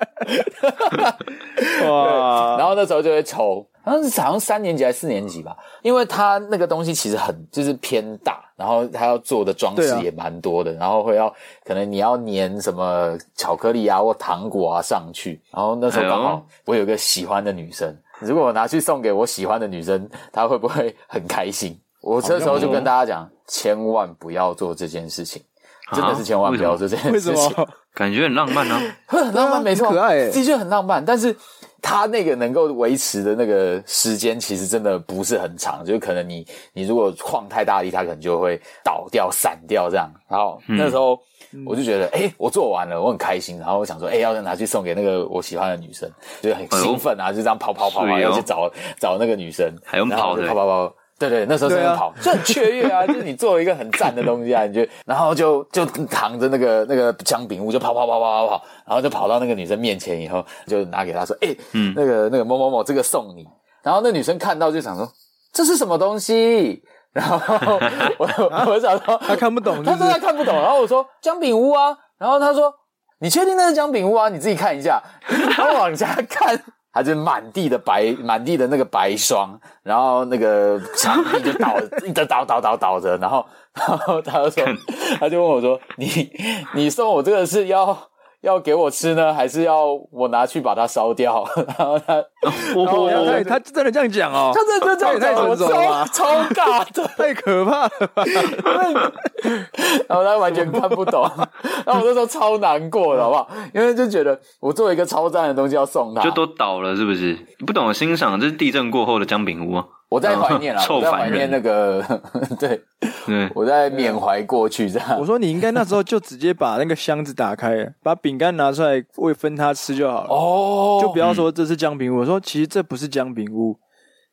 A: 哇，
B: 然后那时候就会抽，好像是好像三年级还是四年级吧，因为他那个东西其实很就是偏大，然后他要做的装
A: 对
B: 饰
A: 啊
B: 也蛮多的，然后会要可能你要粘什么巧克力啊或糖果啊上去，然后那时候刚
C: 哎
B: 好
C: 呦
B: 我有一个喜欢的女生，如果我拿去送给我喜欢的女生，她会不会很开心？我这时候就跟大家讲，千万不要做这件事情，真的是千万不要
C: 啊
B: 做
C: 为什么
B: 这件
A: 为
B: 事
A: 什
B: 情。
A: 么？
C: 感觉很浪 漫啊！
B: 会很浪漫，没错，
A: 很可爱欸
B: 的确很浪漫。但是它那个能够维持的那个时间，其实真的不是很长，就是可能你你如果晃太大力，它可能就会倒掉、散掉这样。然后
C: 嗯
B: 那时候我就觉得，哎、我做完了，我很开心。然后我想说，哎、要拿去送给那个我喜欢的女生，就是很兴奋啊，就这样跑跑跑跑，
C: 是哦
B: 要去找找那个女生，
C: 还用
B: 然后
C: 跑的
B: 就跑跑跑。对对，那时候真
A: 对
B: 的
A: 啊
B: 跑，就很雀跃啊！就是你做了一个很赞的东西啊，你就然后就就扛着那个那个姜饼屋就跑跑跑跑跑跑，然后就跑到那个女生面前以后，就拿给她说：“哎、
C: 嗯
B: 那个那个某某某，这个送你。”然后那女生看到就想说：“这是什么东西？” 然后我我想说，
A: 啊他看不懂是
B: 他
A: 不
B: 说他
A: 是？
B: 看不懂，然后我说姜饼屋啊，然后他说你确定那是姜饼屋啊？你自己看一下， 然后往下看。他就满地的白，满地的那个白霜，然后那个墙壁就 倒，一直倒倒倒倒着，然后，然后他就说，他就问我说：“你你送我这个是要要给我吃呢，还是要我拿去把它烧掉？”然后他
A: 哦，他他真的这样讲哦
B: 他，这这这
A: 这也太
B: 我
A: 成熟了
B: 超
A: 吧
B: 超尬的，
A: 太可怕了 吧！
B: 然后他完全看不懂，然后我那时候超难过的，好不好？因为就觉得我做一个超赞的东西要送他，
C: 就都倒了是不是？你不懂得欣赏，这是地震过后的姜饼屋啊！
B: 我在怀念啊，
C: 臭
B: 我在
C: 凡
B: 怀念
C: 人
B: 那个，对
C: 对，啊
B: 我在缅怀过去这样
A: 我。说你应该那时候就直接把那个箱子打开，把饼干拿出来喂分他吃就好了，
B: 哦，
A: 就不要说这是姜饼屋。我说其实这不是姜饼屋，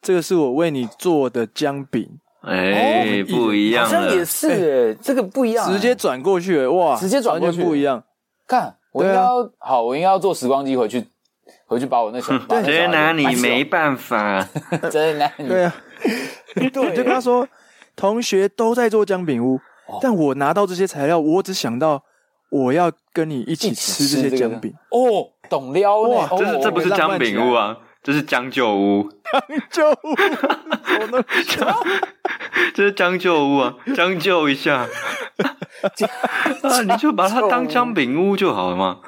A: 这个是我为你做的姜饼，
C: 哎，不一样啊
B: 好像也
C: 了。
B: 是诶，这个不一样欸，
A: 直接转过去了，哇，
B: 直接转过去
A: 完全不一样。
B: 看，我应该要好，我应该要坐时光机回去，回去把 我那小，把那小
C: 这
B: 孩
C: 拿你
B: 搬走
C: 没，办法，
B: 真拿你
A: 对 啊，对，就跟他说，同学都在做姜饼屋，但我拿到这些材料，我只想到我要跟你一起吃这些姜饼，
B: 哦，懂撩
A: 哇
B: 呢，哦
C: 这是这不是姜饼屋啊，这是将就屋，
A: 就 我 那
C: 这是将就屋啊，将就 一下。啊，你就把它当姜饼屋就好了嘛。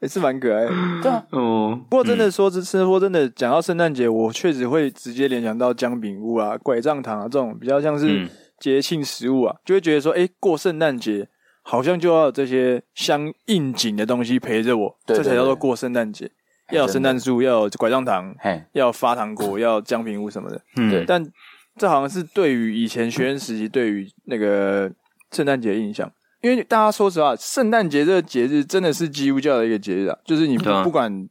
A: 也是蛮可爱的。
C: 哦，
A: 不过真
B: 嗯
A: 的说，真是说真的，讲到圣诞节，我确实会直接联想到姜饼屋啊、拐杖糖啊这种比较像是
C: 嗯
A: 节庆食物啊，就会觉得说，哎，过圣诞节。好像就要有这些相应景的东西陪着我，
B: 对对
A: 这才叫做
B: 对哎
A: 过圣诞节。要
B: 真
A: 有
B: 的
A: 圣诞树，要有拐杖糖，
B: 嘿，
A: 要发糖果，要姜饼屋什么的。
B: 对
C: 嗯，
A: 但这好像是对于以前学生时期对于那个圣诞节的印象，因为大家说实话，圣诞节这个节日真的是基督教的一个节日啊，就是你不,、
C: 对啊
A: 不管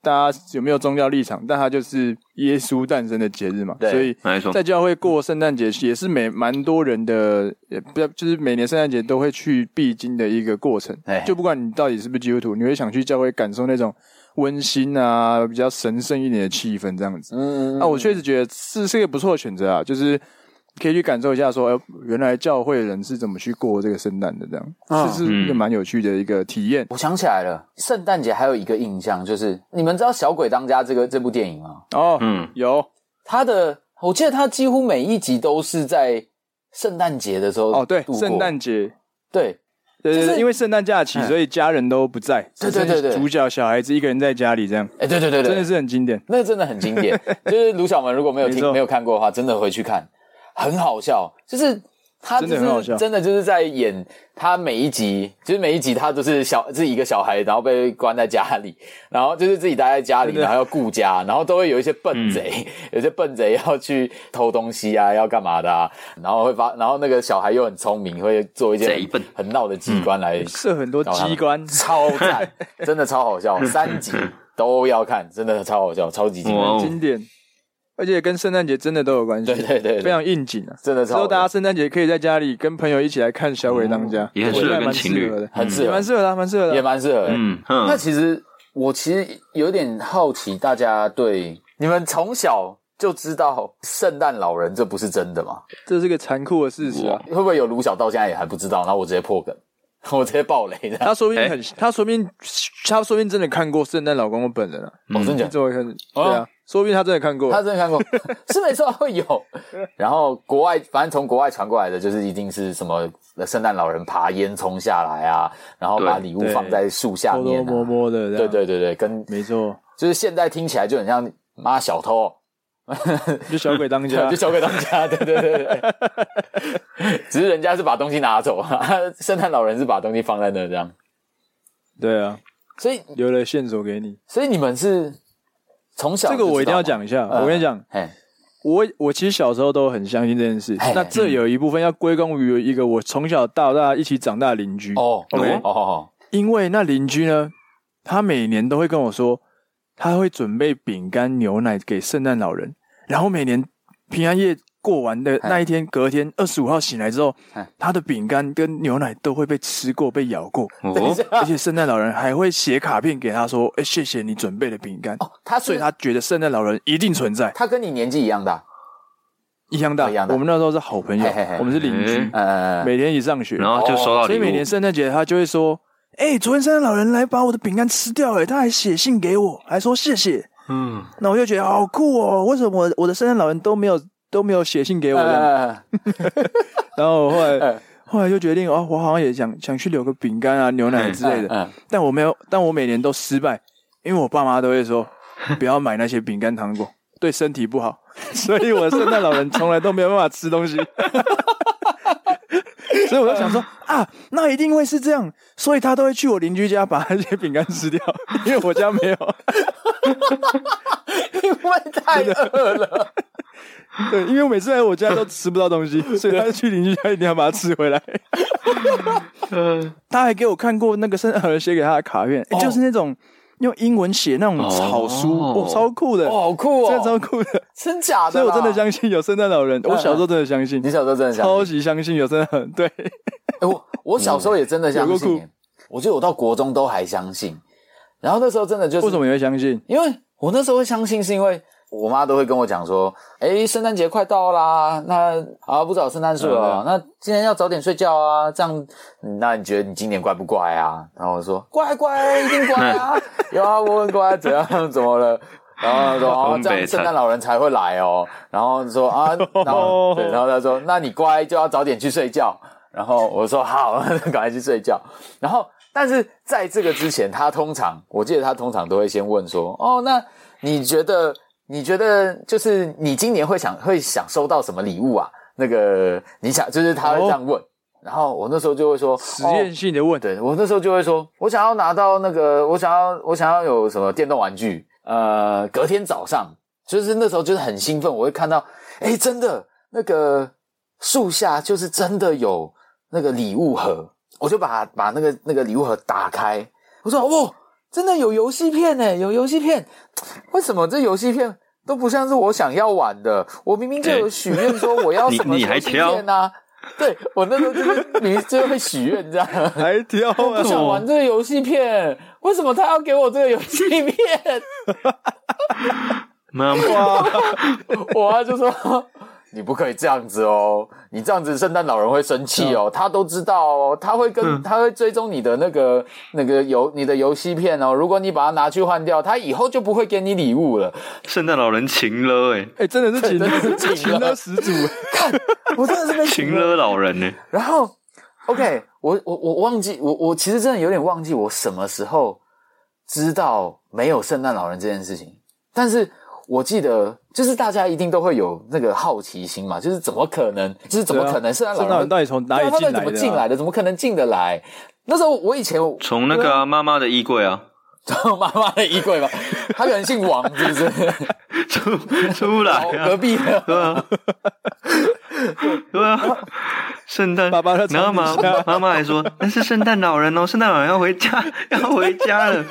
A: 大家有没有宗教立场，但它就是耶稣诞生的节日嘛，
B: 对
A: 所以
C: 哎没错
A: 在教会过圣诞节也是每蛮多人的，也不要就是每年圣诞节都会去必经的一个过程
B: 哎。
A: 就不管你到底是不是基督徒，你会想去教会感受那种温馨啊、比较神圣一点的气氛这样子。
B: 嗯，
C: 哦
A: 那我确实觉得是是一个不错的选择啊，就是可以去感受一下说，哎，原来教会人是怎么去过这个圣诞的，这样、
B: 嗯
A: 是是一个蛮有趣的一个体验。
B: 我想起来了，圣诞节还有一个印象就是，你们知道《小鬼当家》这个这部电影吗？
A: 哦，
C: 嗯，
A: 有
B: 他的我记得他几乎每一集都是在圣诞节的时候
A: 哦，对
B: 度，过
A: 圣诞节，
B: 对
A: 对
B: 就
A: 对
B: 是嗯
A: 对，因为圣诞假期，所以家人都不在，
B: 对对对对
A: 主角小孩子一个人在家里，这样
B: 哎对对对对，
A: 真的是很经典。
B: 那个真的很经典。就是卢小门如果没有
A: 没
B: 听
A: 错
B: 没有看过的话，真的回去看，很好笑。就是他就
A: 真的很好
B: 是
A: 笑
B: 真的就是在演他每一集，就是每一集他都是小自己一个小孩，然后被关在家里，然后就是自己待在家里，
A: 真的
B: 然后要顾家，然后都会有一些
C: 嗯
B: 笨贼，有些笨贼要去偷东西啊，要干嘛的啊，然后会发，然后那个小孩又很聪明，会做一些
C: 贼笨
B: 很很闹的机关来
A: 设很多机关，
B: 超赞， 真的超好 笑，三集都要看，真的超好笑，超级精彩。
C: 哇
A: 很
C: 哦
A: 经典，而且跟圣诞节真的都有关系，
B: 对对对对
A: 非常应景啊。
B: 真的
A: 之
B: 超好
A: 后
B: 的
A: 大家圣诞节可以在家里跟朋友一起来看《小鬼当家》
C: 也很适合
A: 我觉得还
C: 跟
A: 蛮
C: 情侣
A: 合的，
B: 很适合
A: 也蛮适合的啊，蛮适合的
B: 也
A: 啊。
B: 蛮适合的。
C: 嗯哼
B: 那其实我其实有点好奇，大家对你们从小就知道圣诞老人这不是真的吗？
A: 这是个残酷的事实啊
C: 哇！
B: 会不会有卢小到现在也还不知道？然后我直接破梗，我直接爆雷的。
A: 他说不定
C: 哎
A: 很，他说不定，他说不定真的看过圣诞老公公本人啊。
B: 我、真的
A: 你
B: 假的？
A: 怎么可能？对啊，说不定他真的看过。
B: 哦他真的 看过，是没错，会有。然后国外，反正从国外传过来的，就是一定是什么圣诞老人爬烟囱下来啊，然后把
C: 对
B: 礼物
A: 对
B: 放在树下
A: 偷偷
B: 面、
A: 摸
B: 啊。
A: 摸的，
B: 对，对对对，跟
A: 没错，
B: 就是现在听起来就很像妈小偷哦、
A: 就 小鬼当
B: 对，啊
A: 家
B: 就。交给当家， 对对对对。 只是人家是把东西拿走，啊圣诞老人是把东西放在那这样。
A: 对啊，
B: 所以，
A: 留了线索给你。
B: 所以你们是从小
A: 这个我一定要
B: 就知道
A: 讲一下。
B: 吗。嗯
A: 我跟你讲，，
B: 哎，
A: 我我其实小时候都很相信这件事
B: 嘿。
A: 那这有一部分要归功于一个我从小到大一起长大的邻居。
B: 哦，
A: OK
B: 哦哦哦，
A: 因为那邻居呢，他每年都会跟我说，他会准备饼干、牛奶给圣诞老人，然后每年平安夜过完的那一天，隔天二十五号醒来之后
B: 哎，
A: 他的饼干跟牛奶都会被吃过、被咬过，
C: 哦，
B: 啊
A: 而且圣诞老人还会写卡片给他说：“哎、谢谢你准备的饼干。”
B: 哦他
A: 所以
B: 是
A: 他觉得圣诞老人一定存在，
B: 他跟你年纪一样大，
A: 一样大。
B: 一样大
A: 我们那时候是好朋友，
B: 嘿嘿嘿
A: 我们是邻居，
B: 呃，
A: 每天一起上学，
C: 然后就收到
A: 所
C: 礼
A: 以每年
C: 物，
A: 圣诞节他就会说：“哎、昨天圣诞老人来把我的饼干吃掉、哎，他还写信给我，还说谢谢。
C: 嗯，”
A: 那我就觉得好酷哦，为什么我我的圣诞老人都没有都没有写信给我
C: 哎
A: 这样？
B: 呃
A: 然后后来
B: 哎
A: 后来就决定哦，我好像也想想去留个饼干啊、牛
C: 哎
A: 奶之类的，
B: 嗯，
A: 但我没有，但我每年都失败，因为我爸妈都会说不要买那些饼干糖果，对身体不好， 所以我圣诞老人从来都没有办法吃东西。 所以我就想说啊，那一定会是这样，所以他都会去我邻居家把那些饼干吃掉， 因为我家没有。
B: 因为太饿了，
A: 对，因为我每次来我家都吃不到东西，所以他去邻居家一定要把它吃回 来。
B: 嗯
A: 他还给我看过那个圣诞老人写给他的卡片，
B: 哦
A: 诶就是那种用英文写那种草书，
C: 哦
A: 哦，超酷的，
B: 哦，好酷
A: 真的超
B: 哦，
A: 酷的。
B: 真假的？
A: 所以我真的，相信有圣诞老人，我小时候真的相信
B: 你，小时候真的想
A: 超级相信有圣诞老人。对，
B: 哎、我我小时候也真的相
A: 有
B: 信、
A: 够酷
B: 欸，我觉得我到国中都还相信。然后那时候真的就是
A: 为什么你会相信？
B: 因为我那时候会相信，是因为我妈都会跟我讲说：“哎，圣诞节快到啦，那啊不找圣诞树了，那今天要早点睡觉啊，这样，那你觉得你今年乖不乖啊？”然后我说：“乖乖，一定乖 啊，有啊，我很乖，怎样怎么了？”然后她说：“哦，
C: 东
B: 这
C: 北
B: 样圣
C: 菜
B: 诞老人才会来哦。”然后说：“啊，然后对，然后他说：那你乖就要早点去睡觉。”然后我说：“好，赶快去睡觉。”然后，但是在这个之前，他通常，我记得他通常都会先问说：“哦，那你觉得，你觉得就是你今年会想会想收到什么礼物啊？那个你想，就是他会这样问。然后我那时候就会说：“
A: 哦实
B: 哦
A: 验性的问，
B: 对我那时候就会说，我想要拿到那个，我想要我想要有什么电动玩具。呃，隔天早上就是那时候就是很兴奋，我会看到，哎，真的那个树下就是真的有那个礼物盒，我就把把那个那个礼物盒打开，我说哇、真的有游戏片呢，有游戏片，为什么这游戏片？都不像是我想要玩的，我明明就有
C: 哎
B: 许愿说我要
C: 你
B: 什么
C: 你
B: 游
C: 还
B: 戏
C: 挑
B: 片啊，对我那时候就是你就会许愿这样，
A: 还挑
B: 我
A: 啊
B: 不！想玩这个游戏片，为什么他要给我这个游戏片？
C: 妈妈，
B: 我妈就说你不可以这样子哦，你这样子圣诞老人会生气哦，他都知道哦，他会跟、他会追踪你的那个那个游你的游戏片哦，如果你把它拿去换掉，他以后就不会给你礼物了。
C: 圣诞老人情了哎、
A: 哎、真的是情
B: 真的是
A: 勒，
B: 情勒
A: 情勒始祖，
B: 我真的是被
C: 情了老人呢、哎
B: 然后，OK，我我我忘记，我我其实真的有点忘记我什么时候知道没有圣诞老人这件事情，但是我记得就是大家一定都会有那个好奇心嘛，就是怎么可能，就是怎么
A: 对啊
B: 可能圣诞老
A: 圣诞老
B: 人
A: 人到底从哪里
B: 对啊他
A: 进
B: 到底怎
A: 来
B: 么
A: 的啊
B: 进来的？怎么可能进得来？那时候我以前
C: 从那个啊妈、妈的衣柜啊，
B: 妈妈的衣柜嘛，他可能姓王，是不 是？
C: 出出来
B: 然后隔
C: 啊，
B: 壁的
C: 对啊，对啊，圣诞
A: 爸爸在床底下
C: 然后妈妈妈还说那是圣诞老人哦，圣诞老人要回家，要回家了，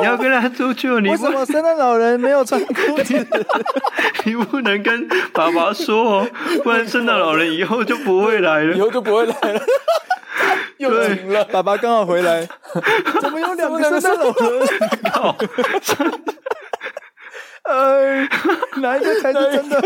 C: 你要跟他出去哦，你
A: 为什
C: 不
A: 么圣诞老人没有穿裤子？
C: 你不能跟爸爸说哦，不然圣诞老人以后就不会来
B: 以
C: 了。
B: 后就不会来了，又
C: 对
B: 停了。
A: 爸爸刚好 回来，怎么有两个圣诞老人？
C: 靠，
A: 呃，哪一个才是真的？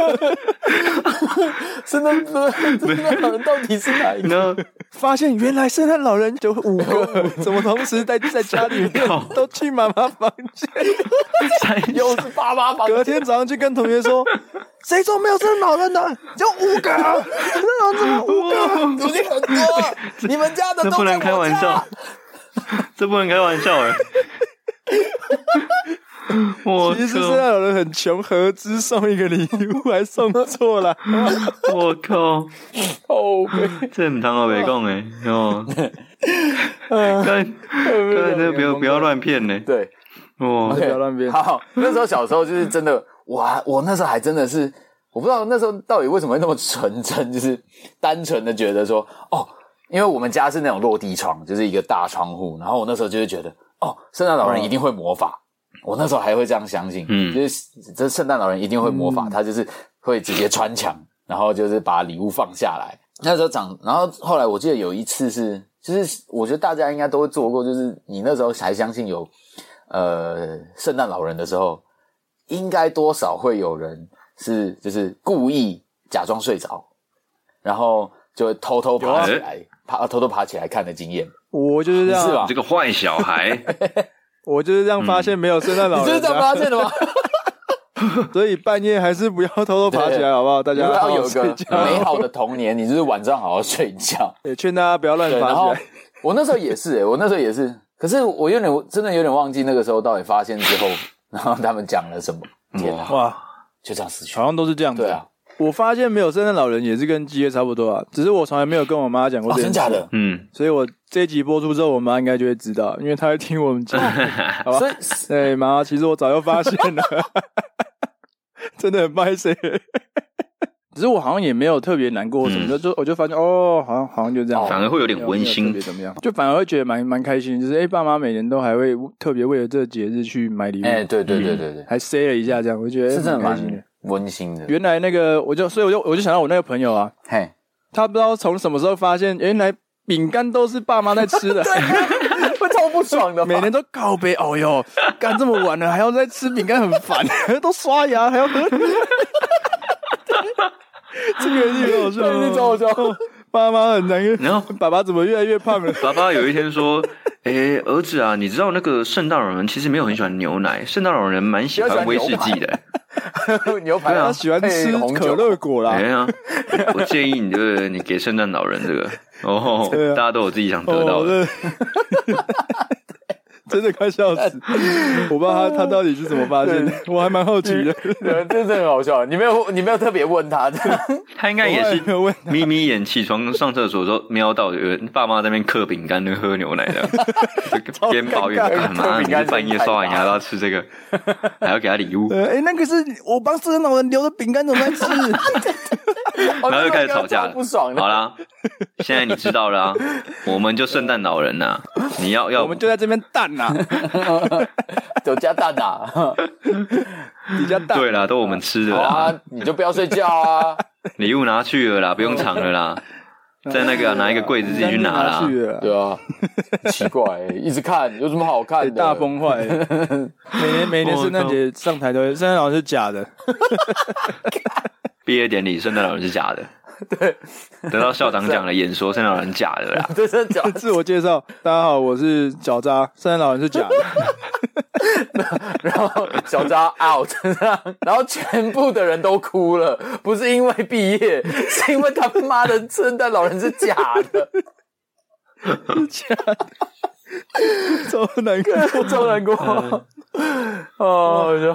B: 真的，真的， 真的老人到底是哪一个？
C: 然后
A: 发现原来圣诞老人有五 个，怎么同时在在家里面都去妈妈房间？
C: 三
B: 又是爸爸房
A: 隔天早上去跟同学说， 谁说没有圣诞老人呢？有五个啊，圣诞老人怎么五个？
B: 主题很多，你们家的
C: 这
B: 都
C: 不能开玩笑，这不能开玩笑哎、我
A: 其实是圣诞
C: 靠！
A: 老人很穷，合资送一个礼物，还送错了。
C: 我靠！
B: 哦，
C: 这很唐老北讲哦哎， 哦， 看，看，这不要不要乱骗呢，
B: 对，
C: 哦，
A: 不要乱编
B: 好，那时候小时候就是真的， 我还我那时候还真的是，我不知道那时候到底为什么会那么纯真，就是单纯的觉得说，哦，因为我们家是那种落地窗，就是一个大窗户，然后我那时候就是觉得，哦，圣诞老人一定会魔法，我那时候还会这样相信，
C: 嗯
B: 就是这圣诞老人一定会魔法，他就是会直接穿墙， 然后就是把礼物放下来。那时候长，然后后来我记得有一次是，就是我觉得大家应该都会做过，就是你那时候还相信有呃圣诞老人的时候，应该多少会有人是就是故意假装睡着，然后就会偷偷爬起来，
A: 啊
B: 爬呃偷偷爬起来看的经验，
A: 我就是这
B: 你是
A: 样，
B: 吧
C: 这？个坏小孩，
A: 我就是这样发现没有圣诞
B: 你
A: 老
B: 就是
A: 人
B: 这样
A: 啊，
B: 发现的吗？
A: 所以半夜还是不要偷偷爬起
B: 对
A: 来，好不好？大
B: 你
A: 家
B: 要有
A: 睡
B: 个
A: 觉，
B: 美好的童年，你就是晚上好好睡 觉。
A: 也劝大家不要乱
B: 对，
A: 爬
B: 然
A: 起
B: 后
A: 来。
B: 我那时候也是、欸，我那时候也是，可是我有点真的有点忘记那个时候到底发现之后， 然后他们讲了什么，天啊，
C: 哇，
A: 哇，
B: 就这样死去
A: 嗯好。像都是这样子。
B: 对啊，，
A: 我发现没有圣诞老人也是跟鸡爷差不多啊，只是我从来没有跟我妈讲过
B: 哦，
A: 这件
B: 真假
A: 事。
B: 的？
C: 嗯，
A: 所以我这一集播出之后，我妈应该就会知道，因为她会听我们节目。好吧
B: 所以
A: 对，哎妈，其实我早就发现了， 真的很抱歉。只是我好像也没有特别难过或什么，
C: 嗯
A: 就就我就发现哦，好像好像就这样，
C: 反而会有点温
A: 没有特
C: 馨
A: 别，怎么样？就反而会觉得蛮蛮开心，就是哎、爸妈每年都还会特别为了这个节日去买礼物，
B: 哎、对对对对对，
A: 还塞了一下，这样我觉得
B: 是真的
A: 蛮开心的
B: 蛮。温馨的。
A: 原来那个，我就所以我就我就想到我那个朋友啊，
B: 嘿，
A: 他不知道从什么时候发现，原来饼干都是爸妈在吃 的，
B: 会 超不爽的吧，
A: 每年都告别。哦 哟，干这么晚了还要再吃饼干，很烦， 都刷牙还要 喝。这个也挺好笑
B: 对，
A: 的，
B: 你找我说，
A: 爸妈很难跟，
C: 然后
A: 爸爸怎么越来越胖了？
C: 爸爸有一天说：“哎、儿子啊，你知道那个圣诞老人其实没有很喜欢牛奶，圣诞老人蛮喜欢威士忌的。
B: 牛排
C: 对啊
A: 他喜欢
B: 配
A: 吃
B: 红
A: 可
B: 酒，
A: 乐果啦
C: 哎。呀，我建议你就是你给圣诞老人这个哦
A: 对，啊
C: 大家都有自己想得到的。
A: 哦 真的真的快笑 死！我不知道他他到底是怎么发现的，我还蛮好奇的。
B: 对，这真的很好笑。你没有，你没有特别问他， 哦
C: 他应该也是
A: 没有问
C: 眯眯眼起床上厕所的时候瞄到有人爸妈在那边嗑饼干、跟喝牛 奶的，就边抱怨干嘛？
B: 嗑
C: 你
B: 饼干
C: 是半夜刷完牙都要吃这个，还要给他 礼物，
A: 呃，哎，那个是我帮圣诞老人留的饼干，怎么在吃？
B: 然
C: 然后就开始吵架了。
B: 不爽的。
C: 好啦，现在你知道了、啊，我们就圣诞老人呐、你要 要
A: 我们就在这边蛋啊呐，
B: 有加蛋啊呐、
A: 你家蛋。
C: 对啦，都我们吃的
B: 好
C: 啦，
B: 啊，你就不要睡觉啊。
C: 礼物拿去了啦，不用藏 了啦，在那
B: 哎
C: 个、啊拿一个柜子自己去拿啦
A: 去。了
B: 对啊，奇怪、一直看有什么好看
A: 哎
B: 的？
A: 大崩坏！ 每年每年
C: 我靠
A: 圣诞节上台都会，圣诞老人是假的，
C: 毕业典礼圣诞老人是假的，
B: 对，，
C: 得到校长奖的演说圣诞老人假的啦
B: 这是假的，
A: 自我介绍，大家好，我是小渣，圣诞老人是假 的，
B: 然后小扎 out，然后全部的人都哭了，不是因为毕业，是因为他妈的圣诞老人是假的，
A: 超难过，
B: 超难过。 哦，我就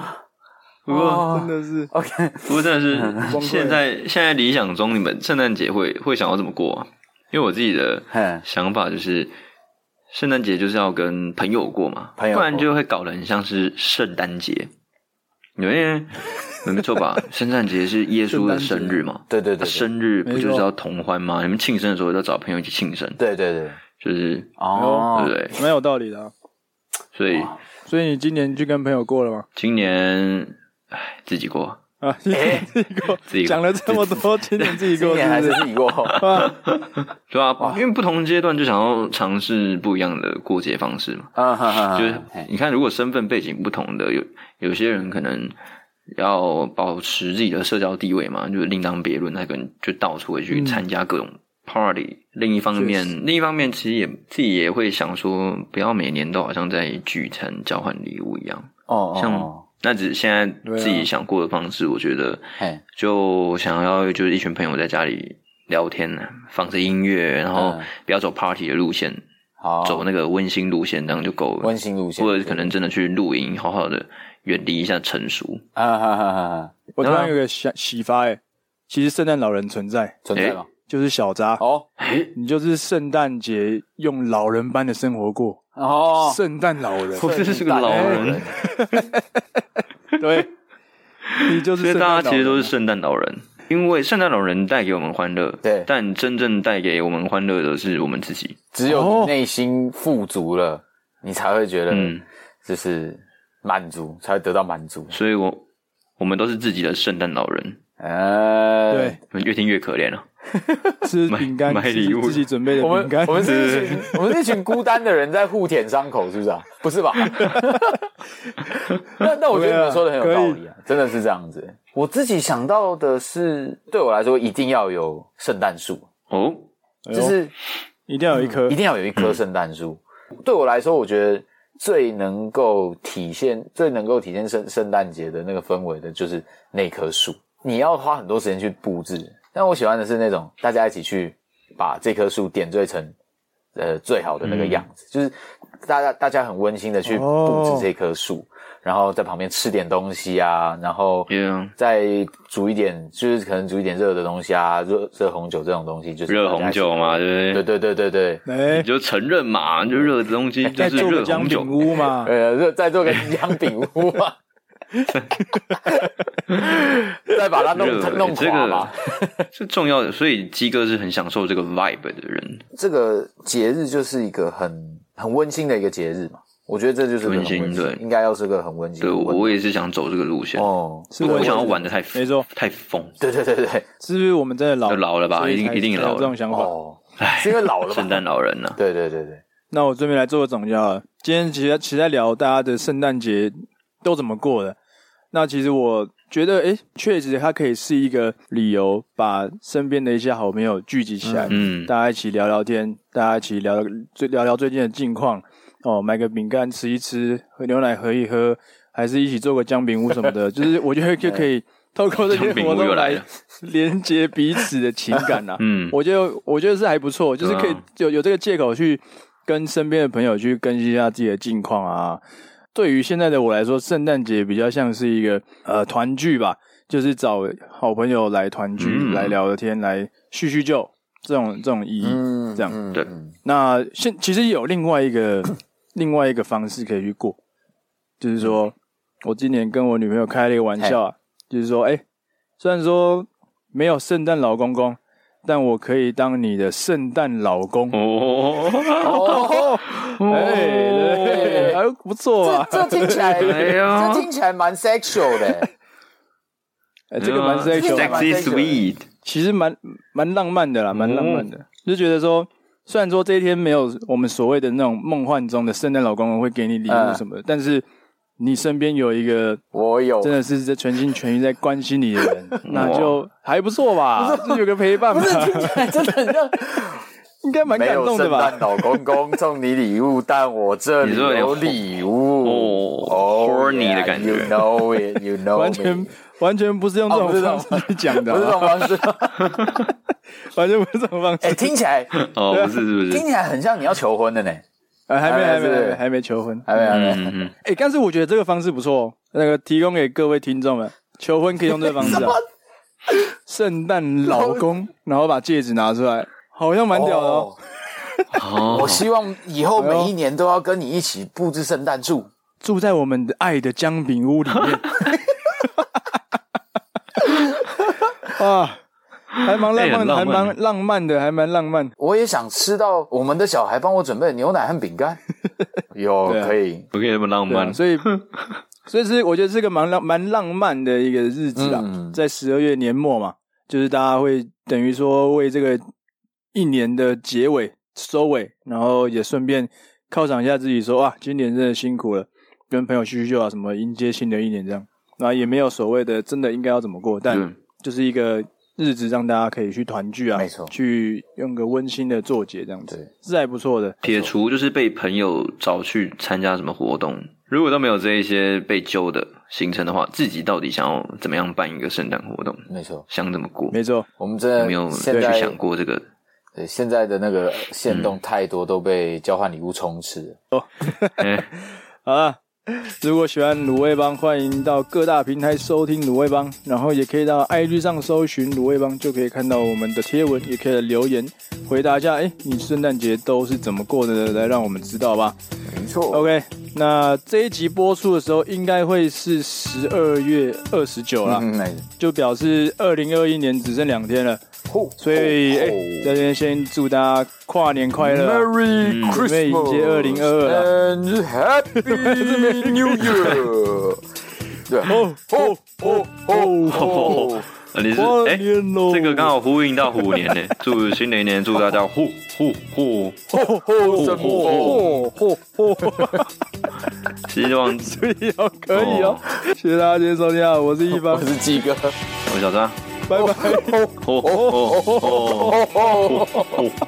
C: 不
B: 哦
C: 过
A: 真的是
B: OK，
C: 不过 真的是
A: 溃
C: 现在现在理想中你们圣诞节会会想要怎么过啊？因为我自己的
B: 嘿
C: 想法就是，圣诞节就是要跟朋友过嘛，
B: 朋友过
C: 不然就会搞得很像是圣诞节。因为没错 吧？圣诞节是耶稣的生日嘛，
B: 对对对
C: 那
B: 对
C: 生日不
A: 没错
C: 就是要同欢吗？你们庆生的时候要找朋友一起庆生，
B: 对对对，
C: 就是对
B: 哦
C: 不，对？
A: 蛮有道理的啊、
C: 所以
A: 所以你今年去跟朋友过了吗？
C: 今年，哎，自己过，
A: 啊，今年自己过，
C: 哎自己过
A: 讲了这么多，今年自己
B: 今
A: 过
B: 年
A: 是
B: 还
A: 不
B: 是
A: 是？
B: 自己过，
A: 啊，
C: 对啊，因为不同阶段就想要尝试不一样的过节方式嘛。
B: 嗯哼哼
C: 就是
B: 哼嘿
C: 你看，如果身份背景不同的，有有些人可能要保持自己的社交地位嘛，就是另当别论。那个人就到处会
B: 嗯
C: 去参加各种 party。另一方
A: 确
C: 面，另一方面，其实也自己也会想说，不要每年都好像在聚餐交换礼物一样。
B: 哦哦
C: 像
B: 哦，
C: 那只是现在
A: 对啊
C: 自己想过的方式，我觉得
B: 嘿，
C: 就想要就是一群朋友在家里聊天呢，放着音乐，然后
B: 嗯
C: 不要走 party 的路线，
B: 好，
C: 走那个温馨路线，这样就够了。
B: 温馨路线，
C: 或者可能真的去露营，好好的远离一下成熟。
B: 啊哈哈哈，
A: 我突然有个想启发、欸，其实圣诞老人存在，
B: 存在吗？
A: 就是小渣，
B: 哦
A: 你就是圣诞节用老人般的生活过，
B: 哦，
A: 圣诞老 人，
C: 我真是个老人，
A: 对，你就是
C: 所以
A: 圣诞
C: 大
A: 老
C: 家
A: 人啊
C: 其实都是圣诞老人，因为圣诞老人带给我们欢乐，
B: 对
C: 但真正带给我们欢乐的是我们自己。
B: 只有
A: 哦
B: 你内心富足了，你才会觉得
C: 嗯，
B: 就是满足，才会得到满足。
C: 所以我我们都是自己的圣诞老人，
B: 呃，
A: 对，，
C: 越听越可怜啊了。
A: 吃
C: 买
A: 饼干，
C: 买
A: 自己
C: 礼物
A: 自己准备的
B: 我们
A: 饼干
B: 我，们是一群我们是一群孤单的人在互舔伤口，是不是啊？不是 吧？那那我觉得你们说的很有道理啊，真的是这样子。我自己想到的是，对我来说一定要有圣诞树，
C: 哦，
A: 哎
B: 就
A: 呦
B: 是
A: 一定要有一颗
B: 一，定要有一棵圣诞树。对我来说，我觉得最能够体现、最能够体现圣圣诞节的那个氛围的，就是那棵树。你要花很多时间去布置，但我喜欢的是那种大家一起去把这棵树点缀成呃最好的那个样子，就是大家大家很温馨的去布
A: 嗯哦
B: 置这棵树，然后在旁边吃点东西啊，然后
C: Yeah
B: 再煮一点，就是可能煮一点热的东西啊，热热红酒这种东西，就是
C: 热
B: 大家
C: 红
B: 一起
C: 酒嘛，对
B: 对
C: 不对？
B: 对对对对，
A: 哎
C: 你，就承 认嘛，就热的东西就
A: 再
C: 是
A: 哎做个
C: 热
A: 姜
C: 红
A: 饼
C: 酒。
A: 屋 嘛，
B: 呃，再再做个姜饼屋 啊，再把它弄
C: 热
B: 弄
C: 这
B: 垮
C: 个
B: 吧。
C: 是重要的，所以鸡哥是很享受这个 vibe 的人。
B: 这个节日就是一个很很温馨的一个节日嘛，我觉得这就是个很
C: 温馨对
B: 应该要是个很温馨。
C: 对，我
B: 温
C: 我也是想走这个路线。
B: 哦，
A: 是
C: 我
A: 我
C: 不想要玩的太
A: 没错
C: 太疯，
B: 对对对对，
A: 是不是我们真的老
C: 就老了吧
A: 所以
C: 一定
A: 才
C: 一定
A: 才
C: 老
A: 有
C: 了
A: 这种想法？
B: 哦，是因为老了吧
C: 圣？诞老人啊呢、
B: 对对对 对，
A: 那我这边来做个总结啊。今天其实其实在聊大家的圣诞节都怎么过的。那其实我觉得，诶，确实它可以是一个理由，把身边的一些好朋友聚集起来，
C: 嗯
A: 大家一起聊聊天，大家一起聊最聊聊最近的近况哦，买个饼干吃一吃，喝牛奶喝一喝，还是一起做个姜饼屋什么的， 就是我觉得就可以透过这些
C: 哎姜饼屋
A: 活动
C: 又来
A: 来
C: 了
A: 连接彼此的情感啊。
C: 嗯
A: 我觉得我觉得是还不错，就是可以
C: 对啊
A: 有有这个借口去跟身边的朋友去更新一下自己的近况啊。对于现在的我来说，圣诞节比较像是一个呃团聚吧，就是找好朋友来团聚、
C: 嗯
A: 来聊聊天、来叙叙旧这种这种意义。
B: 嗯，
A: 这样
B: 嗯
C: 对
B: 嗯
A: 那现其实有另外一个另外一个方式可以去过，就是说我今年跟我女朋友开了一个玩笑啊，就是说，哎、虽然说没有圣诞老公公，但我可以当你的圣诞老公。
C: 哦，
B: 哦，
A: 哎、对，还不错
B: 这
A: 啊，
B: 这听起来，
C: 哎呦
B: 这听起来蛮 sexual 的，
A: 哎这个蛮
C: 哦
A: sexy，
B: 这个蛮
C: sexy sweet，
A: 其实蛮蛮浪漫的啦，蛮浪漫的，就觉得说。虽然说这一天没有我们所谓的那种梦幻中的圣诞老公公会给你礼物什么的，但是你身边有一个
B: 我有
A: 真的是在全心全意在关心你的 人，那就还不错吧，就有个陪伴吧，
B: 真的很像
A: 应该蛮
B: 没
A: 感
B: 有
A: 动
B: 圣
A: 的吧
B: 诞？老公 公送你礼物，但我这里
C: 你说
B: 有
C: 有点
B: 礼物
C: 哦
B: Oh,
C: horny 的
B: yeah,
C: 感觉
B: You know it, you know
A: 完
B: me
A: 全完全不是用这
B: 哦不是这
A: 种
B: 种
A: 方式去讲的
B: 不是这
A: 啊，
B: 种方式。
A: 完全不是这种方
B: 哎、
A: 式。
B: 听起来
C: 哦，不是，是不 是
B: 听？起来很像你要求婚的呢，
A: 呃，还没
B: 哎
A: 还没
B: 是
A: 还没还没求婚，
B: 还没有还没有。
C: 嗯嗯
A: 哎，但是我觉得这个方式不错哦，那个提供给各位听众们，求婚可以用这个方式啊。圣诞老 公，然后把戒指拿出来，好像蛮屌的哦。
C: 嗯，哦，
B: 我希望以后每一年都要跟你一起布置圣诞
A: 哎
B: 树。
A: 住在我们的爱的姜饼屋里 面。啊，还蛮浪漫，
C: 哎很
A: 还
C: 浪漫
A: 蛮浪漫的，还蛮浪漫。
B: 我也想吃到我们的小孩帮我准备的牛奶和饼干。有
A: 对啊
B: 可以，
C: 不可以那么浪
A: 对啊
C: 漫。
A: 所以 所以是我觉得是个蛮浪蛮浪漫的一个日子啊，
B: 嗯
A: 在十二月年末嘛，就是大家会等于说为这个一年的结尾收尾，然后也顺便犒赏一下自己说哇，今年真的辛苦了，跟朋友叙叙旧啊，什么迎接新的一年这样，然后也没有所谓的真的应该要怎么过，但
C: 嗯
A: 就是一个。日子让大家可以去团聚啊，
B: 没错
A: 去用个温馨的作结这样子
B: 对，
A: 是还不错的。
C: 撇除就是被朋友找去参加什么活动，如果都没有这一些被揪的行程的话，自己到底想要怎么样办一个圣诞活动？
B: 没错。
C: 想怎么过？
A: 没错，
B: 我们真
C: 有
B: 的
C: 没有
B: 呃现
C: 去
B: 在
C: 想嗯过这个？
B: 对现在的那个限动太多，都被交换礼物充斥了。
C: 哎，
A: 好了，如果喜欢卤味帮，欢迎到各大平台收听卤味帮，然后也可以到 IG 上搜寻卤味帮，就可以看到我们的贴文，也可以来留言回答一下，哎、你圣诞节都是怎么过的呢？来让我们知道吧。
B: 没错，
A: OK，那这一集播出的时候应该会是十二月二十九啦，
B: 嗯，没
A: 就表示二零二一年只剩两天了，
B: 错。
A: 所以哎、
B: 哦
A: 在这边先祝大家跨年快乐啊、
B: Merry
A: 准备迎接
B: Christmas
A: 2022了
B: and Happy New Year。对，
A: 哦哦哦哦！
C: 啊你是
A: 跨
C: 哎，
A: 年喽！
C: 这个刚好呼应到虎年呢。祝新的一年，祝大家虎虎虎，
B: 生
A: 嚯 嚯嚯！
C: 希望
A: 可以哦，可以哦，谢谢大家今天收听啊，我是一方
C: 哦
B: 我，是鸡哥。
C: 我小张，
A: 拜拜。
C: 虎虎虎虎虎虎。